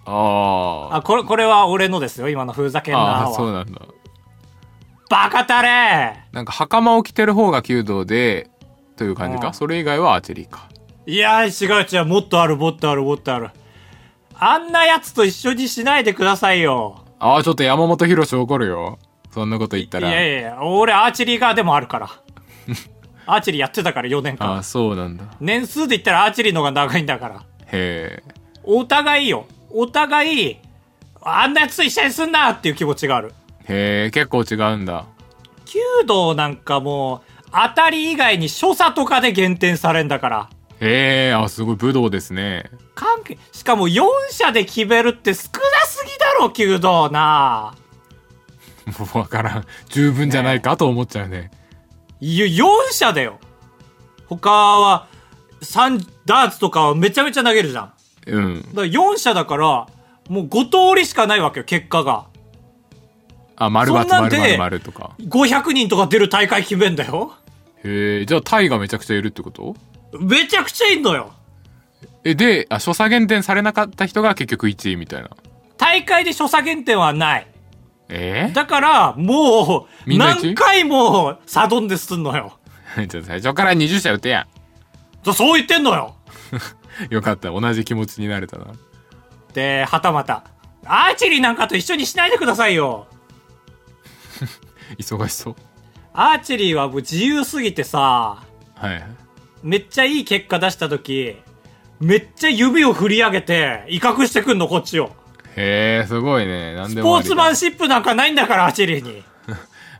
Speaker 1: あー
Speaker 2: あこれこれは俺のですよ今のふざけん
Speaker 1: あ
Speaker 2: な
Speaker 1: ー
Speaker 2: は
Speaker 1: そうなんだ
Speaker 2: バカたれ
Speaker 1: なんか袴を着てる方が弓道でという感じ
Speaker 2: あ
Speaker 1: か
Speaker 2: ー
Speaker 1: それ以外はアーチェリーか
Speaker 2: いやー違う違うもっとあるもっとあるもっとあるあんなやつと一緒にしないでくださいよ
Speaker 1: ああちょっと山本博士怒るよそんなこと言っ
Speaker 2: い
Speaker 1: たら
Speaker 2: やいやいや俺アーチェリー側でもあるから
Speaker 1: *laughs*
Speaker 2: アーチェリーやってたから4年
Speaker 1: あ
Speaker 2: 間
Speaker 1: あそうなんだ
Speaker 2: 年数で言ったらアーチェリーの方が長いんだから
Speaker 1: へえ
Speaker 2: お互いよお互いあんなやつと一緒にすんなっていう気持ちがある
Speaker 1: へえ結構違うんだ
Speaker 2: 弓道なんかもう当たり以外に所作とかで減点されんだから
Speaker 1: へえあすごい武道ですね *laughs*
Speaker 2: 関係しかも4社で決めるって少なすぎだろ弓道な
Speaker 1: もうわからん十分じゃないかと思っちゃうね
Speaker 2: いや4社だよ他は3ダーツとかはめちゃめちゃ投げるじゃんだか
Speaker 1: うん
Speaker 2: ら4社だからもう5通りしかないわけよ結果が
Speaker 1: あ丸
Speaker 2: そんなんで
Speaker 1: ×丸とか
Speaker 2: 500人とか出る大会決めんだよ
Speaker 1: へえじゃあタイがめちゃくちゃいるってこと
Speaker 2: めちゃくちゃいんのよ
Speaker 1: えであ所作減点されなかった人が結局1位みたいな
Speaker 2: 大会で所作減点はない
Speaker 1: え
Speaker 2: だから、もう、
Speaker 1: みんな一致
Speaker 2: 何回も、サドンデスすんのよ。
Speaker 1: え *laughs* じゃあ最初から20社打てや
Speaker 2: そそう言ってんのよ。
Speaker 1: んよかった同じ気持ちになれたな
Speaker 2: で、はたまた、アーチェリーなんかと一緒にしないでくださいよ。
Speaker 1: 忙しそう
Speaker 2: アーチェリーはもう自由すぎてさ、
Speaker 1: はい
Speaker 2: めっちゃいい結果出した時、めっちゃ指を振り上げて、威嚇してくんの、こっちを。
Speaker 1: へえすごいね何
Speaker 2: ス
Speaker 1: で
Speaker 2: ポ
Speaker 1: もあ
Speaker 2: ー
Speaker 1: り
Speaker 2: ツ
Speaker 1: だ
Speaker 2: マンシップなんかないんだから、アーチェリーに。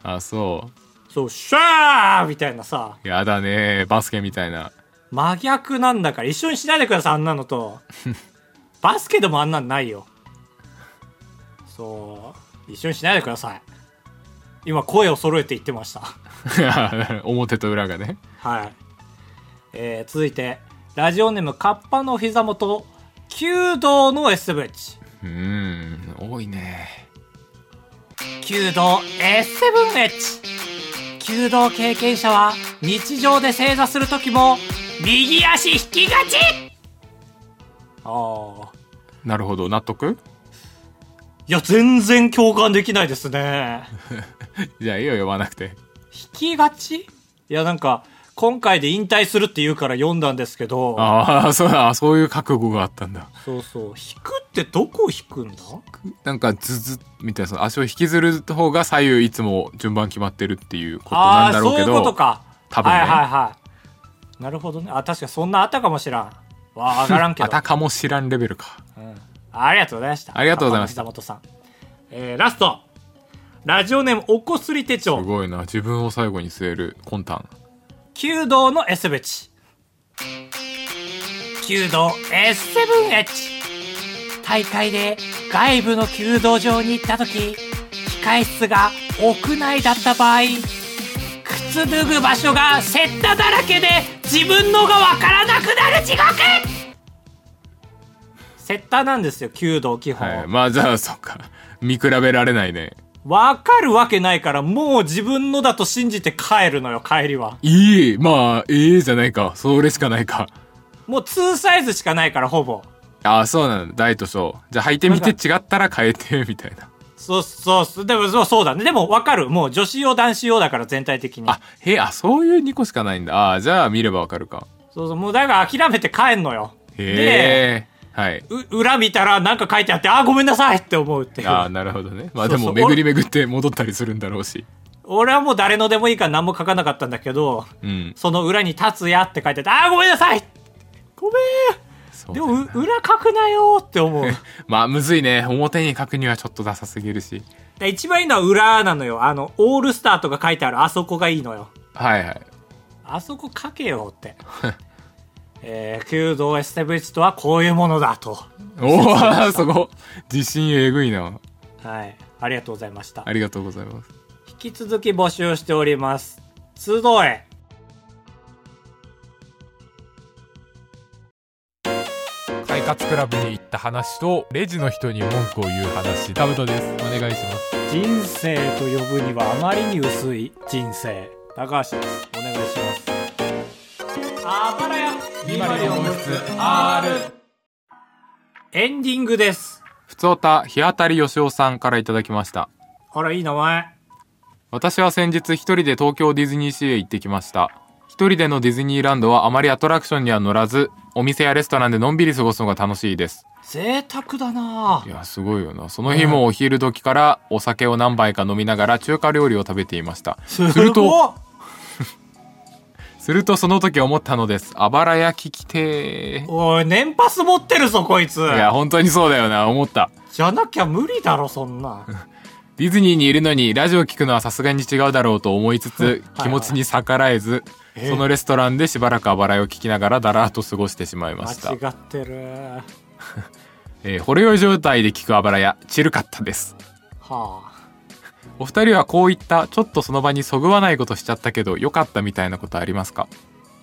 Speaker 1: あそ
Speaker 2: そう、シャーみたいなさ、
Speaker 1: うやだねバスケみたいな *laughs*
Speaker 2: 真逆なんだから、一緒にしないでください、あんなのと。バスケでもあんなんないよ。そう。一緒にしないでください。今、声を揃えて言ってました。
Speaker 1: 表と裏がね
Speaker 2: はい。えー、続いて、ラジオネーム、カッパの膝元、弓道の S7H。
Speaker 1: うーん多いね
Speaker 2: 弓道 S7H。弓道経験者は、日常で正座するときも、右足引きがちああ。
Speaker 1: なるほど納得
Speaker 2: いや、全然共感できないですね。
Speaker 1: じゃあいいよ呼ばなくて
Speaker 2: 引きがちいや、なんか、今回で引退するって言うから読んだんですけど、
Speaker 1: ああそうだそういう覚悟があったんだ
Speaker 2: そうそう。引くってどこ引くんだ
Speaker 1: なんかズズみたいなその足を引きずる方が左右いつも順番決まってるっていうこと
Speaker 2: あ
Speaker 1: な
Speaker 2: あ
Speaker 1: んだ
Speaker 2: ー、
Speaker 1: ろう
Speaker 2: そうい
Speaker 1: け
Speaker 2: う
Speaker 1: ど
Speaker 2: ことか。
Speaker 1: 多分ね
Speaker 2: はいはいはい。なるほどね。あ、確かそんなあったかもしらん。わ、わからんけ
Speaker 1: あ
Speaker 2: ど。
Speaker 1: たかも知らんレベルか
Speaker 2: うんありがとうございました。
Speaker 1: ありがとうございました
Speaker 2: 坂本さん。えー、ラスト。ラジオネーム、おこすり手
Speaker 1: す
Speaker 2: 帳。
Speaker 1: ごいな自分を最後に据える魂胆
Speaker 2: 弓道の S ベチ。弓道 S7H。大会で外部の弓道場に行った時、控室が屋内だった場合、靴脱ぐ場所がセッタだらけで自分のがわからなくなる地獄セッタなんですよ、弓道基本。
Speaker 1: はいまあじゃあそっか *laughs* 見比べられないね。
Speaker 2: わかるわけないから、もう自分のだと信じて帰るのよ、帰りは。
Speaker 1: いい、まあ、ええじゃないか。それしかないか。
Speaker 2: もう2サイズしかないから、ほぼ。
Speaker 1: ああ、そうなんだ。大と小。じゃあ履いてみて違ったら変えて、みたいな。
Speaker 2: そうそうそう、でもそうそうだね。でもわかる。もう女子用、男子用だから、全体的に。
Speaker 1: あ、へえ、あ、そういう2個しかないんだ。ああ、じゃあ見ればわかるか。
Speaker 2: そうそう、もうだから諦めて帰んのよ。で、
Speaker 1: へえ。はい。
Speaker 2: う裏見たらなんか書いてあって、あ、ごめんなさいって思うっていう。
Speaker 1: ああ、なるほどね。まあ
Speaker 2: そ
Speaker 1: で
Speaker 2: うそう
Speaker 1: も、巡り巡って戻ったりするんだろうし。
Speaker 2: 俺はもう誰のでもいいから何も書かなかったんだけど、
Speaker 1: うん。
Speaker 2: その裏に立つやって書いてあって、あー、ごめんなさいご
Speaker 1: そ
Speaker 2: めん
Speaker 1: う
Speaker 2: で
Speaker 1: だ
Speaker 2: も、
Speaker 1: よな
Speaker 2: う裏書くなよって
Speaker 1: *laughs*
Speaker 2: 思う。だか
Speaker 1: まあ、むずいね。表に書くにはちょっとダサすぎるし。
Speaker 2: ら一番いいのは裏なのよ。あの、オールスターとか書いてあるあそこがいいのよ。
Speaker 1: はいはい。
Speaker 2: あそこ書け
Speaker 1: *laughs*
Speaker 2: よって。えー、弓道エステブリッチとはこういうものだと。
Speaker 1: おお、 *laughs* そこ。自信えぐいな。
Speaker 2: はい。ありがとうございました。
Speaker 1: ありがとうございます。
Speaker 2: 引き続き募集しております。集え。
Speaker 1: 快活クラブに行った話と、レジの人に文句を言う話。タブトです。お願いします。
Speaker 2: 人生と呼ぶにはあまりに薄い人生高橋ですお願いしますあばらやエンディングです
Speaker 1: ふつおた、日当たりよしおさんからいただきました。
Speaker 2: あらいい名前
Speaker 1: 私は先日一人で東京ディズニーシーへ行ってきました。一人でのディズニーランドはあまりアトラクションには乗らず、お店やレストランでのんびり過ごすのが楽しいです。
Speaker 2: 贅沢だない
Speaker 1: や、すごいよな。その日もお昼時からお酒を何杯か飲みながら中華料理を食べていました。す
Speaker 2: す
Speaker 1: ると、
Speaker 2: ご
Speaker 1: するとその時思ったのです。あばら焼き来て
Speaker 2: いおい年パス持ってるぞこいつ
Speaker 1: ー。いや、本当にそうだよな。思った。
Speaker 2: じゃなきゃ無理だろそんな
Speaker 1: ディズニーにいるのにラジオ聞くのはさすがに違うだろうと思いつつ
Speaker 2: はい
Speaker 1: 気持ちに逆らえず
Speaker 2: ええ
Speaker 1: そのレストランでしばらくあばらいを聞きながらだらーっと過ごしてしまいました
Speaker 2: 間違ってるは
Speaker 1: えー、惚れ酔い状態で聞くあばらやチルかったです
Speaker 2: あ
Speaker 1: お二人はこういったちょっとその場にそぐわないことしちゃったけど良かったみたいなことありますか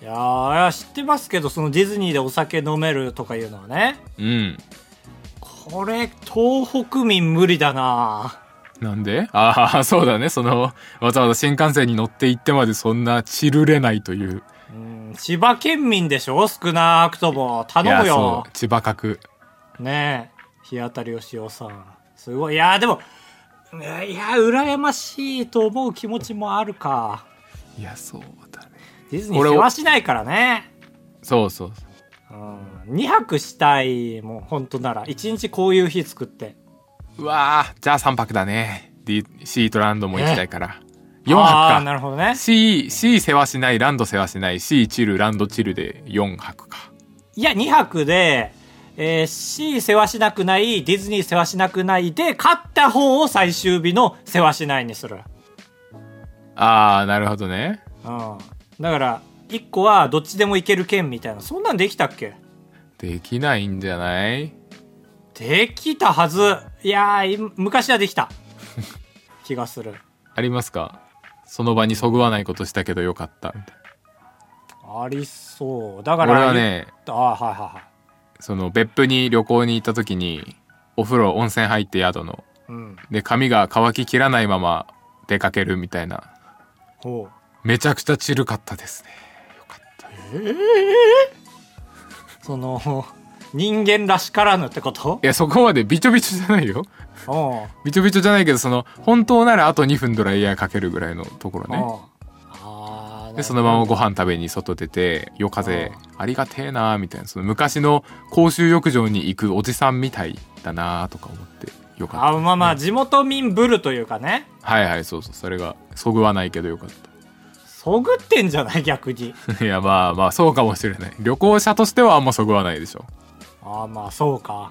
Speaker 2: いやーいや知ってますけどそのディズニーでお酒飲めるとかいうのはね
Speaker 1: うん
Speaker 2: これ東北民無理だな
Speaker 1: なんでああそうだねそのわざわざ新幹線に乗って行ってまでそんなチルれないという
Speaker 2: うん千葉県民でしょ少なくとも
Speaker 1: いや
Speaker 2: 頼むよ
Speaker 1: そう千葉角
Speaker 2: ねえ日当たりよしおさんすごいいやでもうんいや羨ましいと思う気持ちもあるか
Speaker 1: いやそうだね
Speaker 2: ディズニー
Speaker 1: 俺を
Speaker 2: 世話しないからね、
Speaker 1: そうそうそう
Speaker 2: うん、2泊したいもん本当なら1日こういう日作って
Speaker 1: うわーじゃあ3泊だね、D、シートランドも行きたいから4
Speaker 2: ああ
Speaker 1: 泊
Speaker 2: ーな
Speaker 1: か
Speaker 2: るほどね
Speaker 1: C, C 世話しないランド世話しない C チルランドチルで4泊か
Speaker 2: いや2泊で、えー C 世話しなくないディズニー世話しなくないで勝った方を最終日の世話しないにする
Speaker 1: ああなるほどね
Speaker 2: うん、だから1個はどっちでもいける券みたいなそんなんできたっけ
Speaker 1: できないんじゃない
Speaker 2: できたはずいやーい昔はできた *laughs* 気がする
Speaker 1: ありますかその場にそぐわないことしたけどよかったみたい
Speaker 2: ありそうだか
Speaker 1: な
Speaker 2: ら
Speaker 1: 俺はね
Speaker 2: ああはいはいはい
Speaker 1: その別府に旅行に行った時にお風呂温泉入って宿の
Speaker 2: うん
Speaker 1: で髪が乾ききらないまま出かけるみたいな
Speaker 2: ほう
Speaker 1: めちゃくちゃチルかったですねよかった
Speaker 2: その人間らしからぬってこと
Speaker 1: いやそこまでびちょびちょじゃないよ
Speaker 2: うんうん
Speaker 1: びちょびちょじゃないけどその本当ならあと2分ドライヤーかけるぐらいのところね
Speaker 2: あー
Speaker 1: でそのままご飯食べに外出て夜風ありがてえなーみたいなその昔の公衆浴場に行くおじさんみたいだなーとか思ってよか
Speaker 2: あ
Speaker 1: っ
Speaker 2: まあまあ地元民ブルというかね
Speaker 1: たはいはいそうそうそれがそぐわないけどよかっ
Speaker 2: そぐってんじゃない *laughs* 逆に
Speaker 1: た *laughs* いやまあまあそうかもしれない旅行者としてはあんまそぐわないでしょ
Speaker 2: ああまあそうか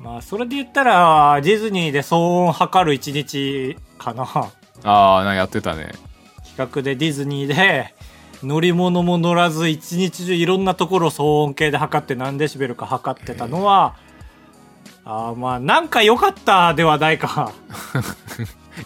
Speaker 2: まあそれで言ったらディズニーで騒音測る一日かな企
Speaker 1: ああなんかやってたね
Speaker 2: 画でディズニーで乗り物も乗らず一日中いろんなところを騒音計で測って何デシベルか測ってたのはああまあなんか良かったではないか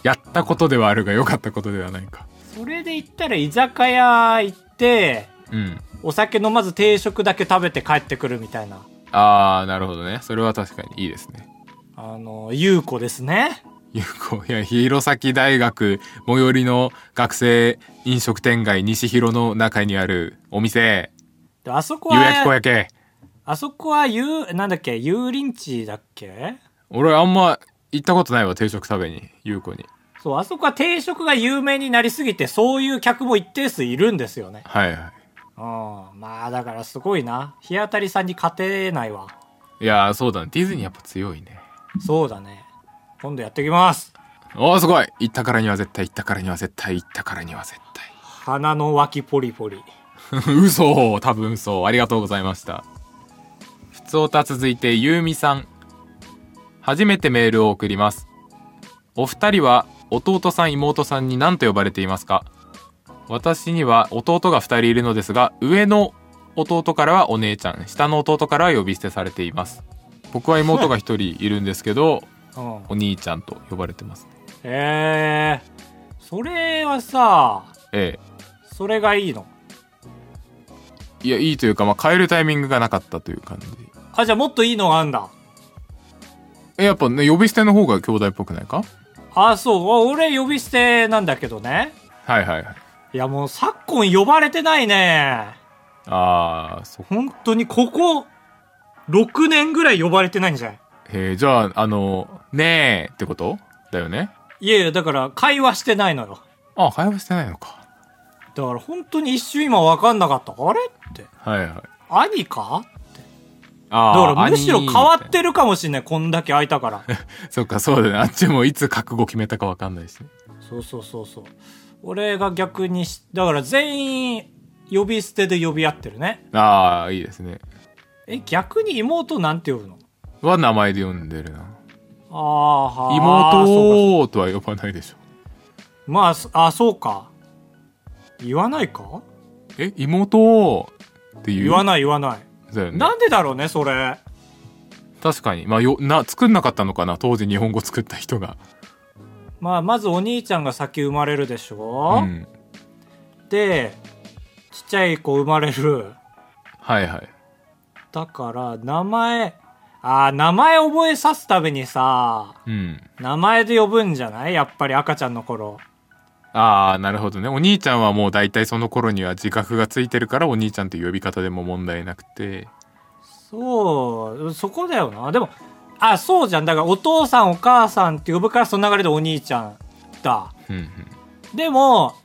Speaker 1: やったことではあるがよかったことではないか
Speaker 2: それで言ったら居酒屋行って
Speaker 1: うん
Speaker 2: お酒飲まず定食だけ食べて帰ってくるみたいな
Speaker 1: ああなるほどねそれは確かにいいですね
Speaker 2: あの、優子ですね。
Speaker 1: ゆうこ、いや、弘前大学最寄りの学生飲食店街西広の中にあるお店、
Speaker 2: であそこ
Speaker 1: 夕焼き小
Speaker 2: は、
Speaker 1: 焼け。
Speaker 2: あそこは、ゆう、なんだっけ、油淋地だっけ
Speaker 1: 俺あんま行ったことないわ、定食食べに、ゆうこに。
Speaker 2: そう、あそこは定食が有名になりすぎて、そういう客も一定数いるんですよね。
Speaker 1: はいは
Speaker 2: うん。まあ、だからすごいな。日当たりさんに勝てないわ。
Speaker 1: い。いやー、そうだね。ディズニーやっぱ強いね。
Speaker 2: そうだね。今度やってきます。
Speaker 1: おー、すごい行ったからには絶対、行ったからには絶対、行ったからには絶
Speaker 2: 鼻の脇ポリポリ。
Speaker 1: 対。 *laughs* 嘘多分嘘。ありがとうございました。ふつおた続いて、ゆうみさん。初めてメールを送ります。お二人は弟さん妹さんに何と呼ばれていますか私には弟が二人いるのですが上の弟からはお姉ちゃん下の弟からは呼び捨てされています僕は妹が一人いるんですけど
Speaker 2: うん。
Speaker 1: お兄ちゃんと呼ばれてますね
Speaker 2: ええそれはさ、
Speaker 1: え
Speaker 2: それがいいの。
Speaker 1: えいやいいというか、まあ、変えるタイミングがなかったという感じ
Speaker 2: あ、じゃあもっといいのがあんだ。
Speaker 1: えやっぱね呼び捨ての方が兄弟っぽくないか
Speaker 2: あ、そう。お俺呼び捨てなんだけどね。
Speaker 1: はいはいはい
Speaker 2: いやもう昨今呼ばれてないね。
Speaker 1: あーそっ
Speaker 2: 本当にここ、6年ぐらい呼ばれてないんじゃない
Speaker 1: へえじゃああの「ねえ」ってことだよね
Speaker 2: いやいや、だから会話してないのよ。
Speaker 1: あ会話してないのか
Speaker 2: だから本当に一瞬今わかんなかった。あれって。
Speaker 1: はいはい
Speaker 2: 兄かだ
Speaker 1: あ
Speaker 2: か
Speaker 1: ー
Speaker 2: らむしろ変わっ
Speaker 1: 兄
Speaker 2: てるかもしんない。こんだけ空いたから。
Speaker 1: そっかそうだねあっちもいつ覚悟決めたか分かんないし、ね、
Speaker 2: そうそうそうそう。俺が逆にし、だから全員呼び捨てで呼び合ってるね。
Speaker 1: ああいいですね
Speaker 2: え、逆に妹なんて呼ぶの
Speaker 1: は名前で呼んでるな
Speaker 2: ああ、はーそうか
Speaker 1: 妹とは呼ばないでしょ
Speaker 2: まあ、そあ、そうか。言わないか
Speaker 1: え妹っていう
Speaker 2: 言わない言わない。
Speaker 1: だよね
Speaker 2: なんでだろうね、それ。
Speaker 1: 確かにまあよな作んなかったのかな当時日本語作った人が
Speaker 2: まあ、まずお兄ちゃんが先生まれるでし
Speaker 1: う
Speaker 2: ょ、
Speaker 1: ん
Speaker 2: で、ちっちゃい子生まれる。
Speaker 1: はいはい
Speaker 2: だから、名前、ああ、名前覚えさすためにさ、
Speaker 1: うん
Speaker 2: 名前で呼ぶんじゃないやっぱり赤ちゃんの頃。
Speaker 1: ああなるほどねお兄ちゃんはもう大体その頃には自覚がついてるからお兄ちゃんという呼び方でも問題なくて
Speaker 2: そう、そこだよな。でも、あ、そうじゃん。だから、お父さん、お母さんって呼ぶから、その流れでお兄ちゃんだ。
Speaker 1: うんうん
Speaker 2: でも、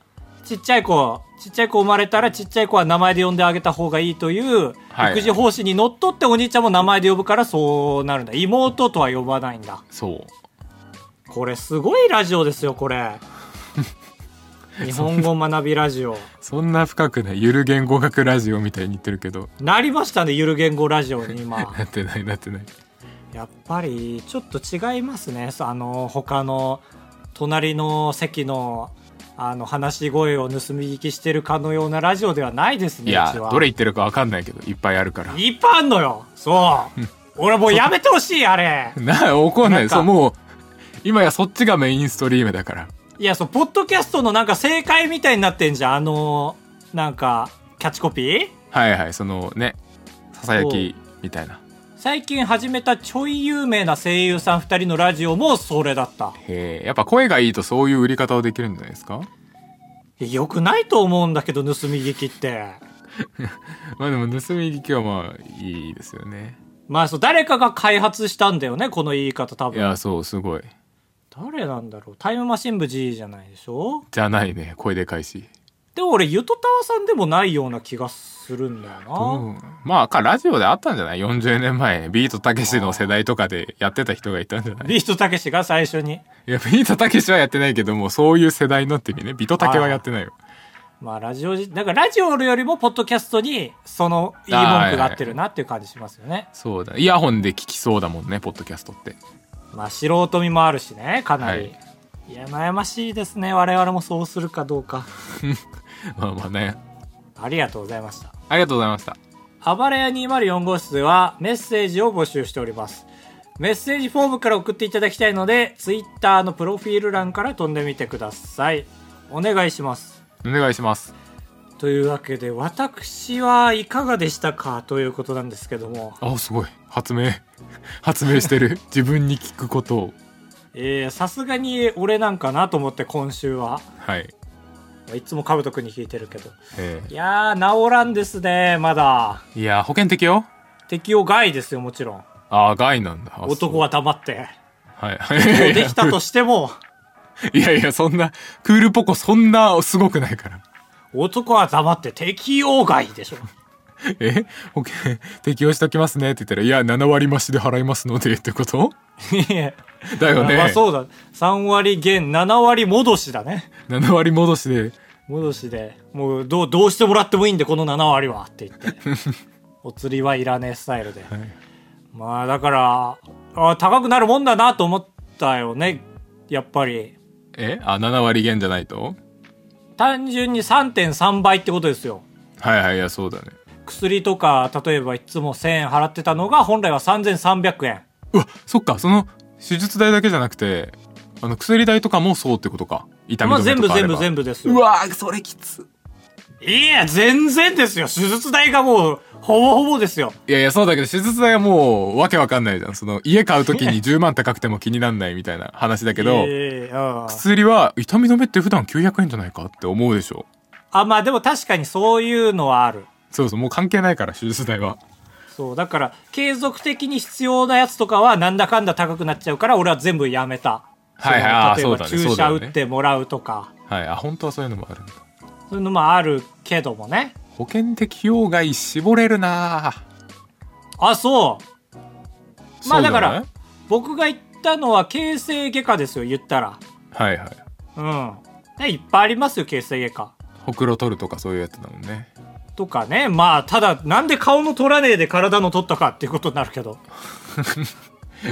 Speaker 2: ちっちゃい子、ちっちゃい子生まれたら、ちっちゃい子は名前で呼んであげた方がいいという、
Speaker 1: はい
Speaker 2: 育児方針にのっとって、お兄ちゃんも名前で呼ぶから、そうなるんだ。妹とは呼ばないんだ。
Speaker 1: そう
Speaker 2: これ、すごいラジオですよ、こ
Speaker 1: *laughs*
Speaker 2: れ。日本語学びラジオ。
Speaker 1: そんな深くないゆる言語学ラジオみたいに言ってるけど
Speaker 2: なりましたね、ゆる言語ラジオに今。
Speaker 1: なってないなってない
Speaker 2: やっぱりちょっと違いますねそうあの他の隣の席のあの話し声を盗み聞きしてるかのようなラジオではないですね
Speaker 1: いや
Speaker 2: うちは
Speaker 1: どれ言ってるか分かんないけどいっぱいあるから
Speaker 2: いっぱいあんのよそう俺もうやめてほしいあ
Speaker 1: *laughs*
Speaker 2: れ
Speaker 1: な怒んな
Speaker 2: なん
Speaker 1: い
Speaker 2: か
Speaker 1: そうもう今やそっちがメインストリームだから
Speaker 2: いやそうポッドキャストのなんか正解みたいになってんじゃんあのなんかキャッチコピー
Speaker 1: はいはいそのねささやきみたいな
Speaker 2: 最近始めたちょい有名な声優さん2人のラジオもそれだった
Speaker 1: へえやっぱ声がいいとそういう売り方をできるんじゃないですか
Speaker 2: よくないと思うんだけど盗み聞きって
Speaker 1: まあでも盗み聞きはまあいいですよね
Speaker 2: まあそう、誰かが開発したんだよね、この言い方多
Speaker 1: い
Speaker 2: 分。
Speaker 1: やそうすごい
Speaker 2: 誰なんだろう。タイムマシン部 G じゃないでしょ
Speaker 1: じゃないね声でかいし
Speaker 2: でも俺、ゆとたわさんでもないような気がするんだ
Speaker 1: う
Speaker 2: よ
Speaker 1: んまあかラジオであったんじゃない40年前ビートたけしの世代とかでやってた人がいたんじゃな
Speaker 2: な。
Speaker 1: い
Speaker 2: ビートたけしが最初に。
Speaker 1: いやビートたけしはやってないけどもそういう世代のって意味ねビトたけはやってないよ
Speaker 2: まあラジオじ、だからラジオよりもポッドキャストに、そのいい文句が合ってるなっていう感じしますよね。
Speaker 1: そうだイヤホンで聞きそうだもんねポッドキャストって *laughs*
Speaker 2: まあ素人味もあるしね、かなり。
Speaker 1: はいい、
Speaker 2: や、悩ましいですね。我々もそうするかどうか。
Speaker 1: まあまあね
Speaker 2: ありがとうございました。
Speaker 1: ありがとうございました
Speaker 2: 暴れ屋204号室ではメッセージを募集しております。メッセージフォームから送っていただきたいので、ツイッターのプロフィール欄から飛んでみてください。お願いします。
Speaker 1: お願いします
Speaker 2: というわけで私はいかがでしたかということなんですけども、
Speaker 1: あすごい発明 *laughs* 発明して
Speaker 2: *laughs*
Speaker 1: る自分に聞くことを
Speaker 2: えーさすがに俺なんかなと思って今週は
Speaker 1: はい、
Speaker 2: いつもカブト君に聞いてるけど
Speaker 1: え
Speaker 2: いやー治らんですねまだ
Speaker 1: ーいやー保険適用
Speaker 2: 適用外ですよもちろん
Speaker 1: ああ害なんだあそう
Speaker 2: 男は黙って
Speaker 1: はい *laughs*
Speaker 2: もう
Speaker 1: で
Speaker 2: できたとしても
Speaker 1: いやいやそんなクールポコそんなすごくないから
Speaker 2: 男は黙って適用外でしょ
Speaker 1: え保険適用しておきますねって言ったらいや7割増しで払いますのでってこと
Speaker 2: いや
Speaker 1: *laughs* だよね
Speaker 2: まあそうだ3割減7割戻しだね
Speaker 1: 7割戻しで
Speaker 2: 戻しでもうどうどうしてもらってもいいんでこの7割はって言って
Speaker 1: *laughs*
Speaker 2: お釣りはいらねえスタイルで、
Speaker 1: い
Speaker 2: まあだからあ高くなるもんだなと思ったよねやっぱり
Speaker 1: えあ7割減じゃないと
Speaker 2: 単純に3.3倍ってことですよ
Speaker 1: はいはいいやそうだね
Speaker 2: 薬とか例えばいつも1000円払ってたのが本来は3300円
Speaker 1: うわそっかその手術代だけじゃなくてあの薬代とかもそうってことか痛み
Speaker 2: まあ
Speaker 1: 止め
Speaker 2: 全
Speaker 1: と
Speaker 2: 部
Speaker 1: かあれ
Speaker 2: 全
Speaker 1: ば、
Speaker 2: 部全部です
Speaker 1: う
Speaker 2: よ
Speaker 1: わーそれきつ
Speaker 2: いや全然ですよ手術代がもうほぼほぼですよ
Speaker 1: いやいやそうだけど手術代はもうわけわかんないじゃんその家買う時に10万高くても気になんないみたいな話だけど、
Speaker 2: ええうん
Speaker 1: 薬は痛み止めって普段900円じゃないかって思うでしょ
Speaker 2: あまあでも確かにそういうのはある
Speaker 1: そうそうもう関係ないから手術代は
Speaker 2: そうだから継続的に必要なやつとかはなんだかんだ高くなっちゃうから俺は全部やめた
Speaker 1: はいはいあー
Speaker 2: そ
Speaker 1: そう
Speaker 2: の
Speaker 1: だね
Speaker 2: 例え
Speaker 1: そ
Speaker 2: ば注
Speaker 1: うだ
Speaker 2: 射
Speaker 1: よ
Speaker 2: 打
Speaker 1: ね
Speaker 2: ってもらうとか
Speaker 1: はいあ本当はそういうのもあるんだ
Speaker 2: そういうのもあるけどもね
Speaker 1: 保険適用外絞れるなぁ
Speaker 2: あそうまあだから
Speaker 1: そう
Speaker 2: 僕が言ったのは形成外科ですよ言ったら
Speaker 1: じゃないはいはい
Speaker 2: うんでいっぱいありますよ形成外科
Speaker 1: ほくろ取るとかそういうやつだもんね
Speaker 2: とかねまあただなんで顔の取らねえで体の取ったかっていうことにな
Speaker 1: *laughs*
Speaker 2: るけど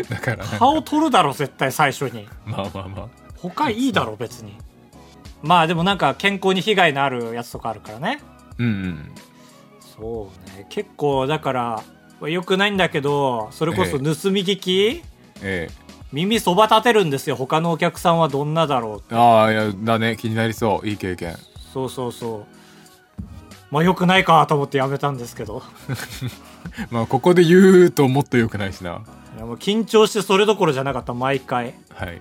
Speaker 1: だからなんか
Speaker 2: 顔取るだろ絶対最初に
Speaker 1: まあまあまあ
Speaker 2: 他いいだろ別にまあでもなんか健康に被害のあるやつとかあるからね
Speaker 1: うんうん
Speaker 2: そうね結構だからよくないんだけどそれこそ
Speaker 1: え
Speaker 2: 盗み聞き、
Speaker 1: え
Speaker 2: 耳そば立てるんですよ他のお客さんはどんなだろ
Speaker 1: えああいやだね気になりそういい経験
Speaker 2: うそうそうそうまあよくないかと思ってやめたんですけど
Speaker 1: まあここで言うともっと良くないしない
Speaker 2: やもう緊張してそれどころじゃなかった毎回
Speaker 1: はい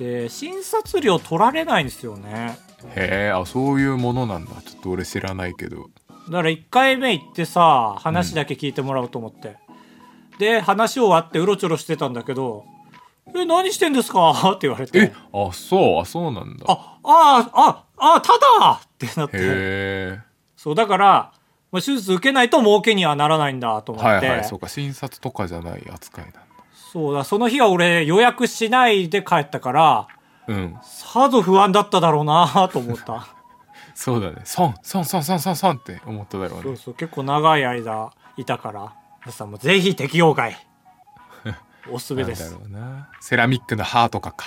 Speaker 1: へ
Speaker 2: で診察料取られないんですよね
Speaker 1: えあそういうものなんだちょっと俺知らないけど
Speaker 2: だから1回目行ってさ話だけ聞いてもらおうと思って、で話終わってうろちょろしてたんだけど「え何してんですか?」って言われ
Speaker 1: え
Speaker 2: て
Speaker 1: あそうあそうなん
Speaker 2: 「
Speaker 1: だ
Speaker 2: あああああただ!」ってなって
Speaker 1: へえ
Speaker 2: そうだから、まあ、手術受けないと儲けにはならないんだと思
Speaker 1: は
Speaker 2: って、
Speaker 1: いはいそうか診察とかじゃない扱いなんだ
Speaker 2: そうだその日は俺予約しないで帰ったから
Speaker 1: うん
Speaker 2: さぞ不安だっただろうなと思った
Speaker 1: *laughs* そうだね損損損損損損って思っただろう
Speaker 2: そう
Speaker 1: ね
Speaker 2: そう結構長い間いたから皆さんもぜひ適
Speaker 1: *laughs*
Speaker 2: 用外おすすめ
Speaker 1: なん
Speaker 2: で
Speaker 1: だ
Speaker 2: す
Speaker 1: ろうなセラミックの歯とかか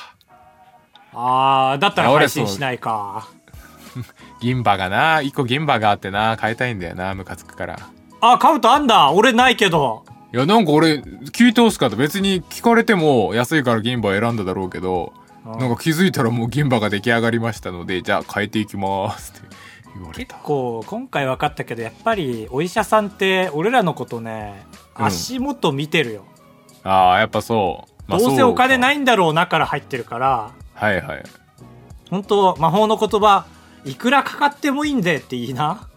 Speaker 2: ああだったら
Speaker 1: いや俺
Speaker 2: 配信しないか
Speaker 1: 銀歯がな一個銀歯があってな買いたいんだよなムカつくから
Speaker 2: あカブトあんだ俺ないけど
Speaker 1: いやなんか俺聞いてほしかった別に聞かれても安いから銀歯選んだだろうけどなんか気づいたらもう銀歯が出来上がりましたのでじゃあ変えていきますって言われ
Speaker 2: 結
Speaker 1: た
Speaker 2: 構今回分かったけどやっぱりお医者さんって俺らのことね
Speaker 1: うん
Speaker 2: 足元見てるよ、
Speaker 1: ああやっぱそう、まあ
Speaker 2: どうせお金ないいんだろうなから入ってるから
Speaker 1: はいはい
Speaker 2: 本当魔法の言葉いくらかかってもいいんでっていいな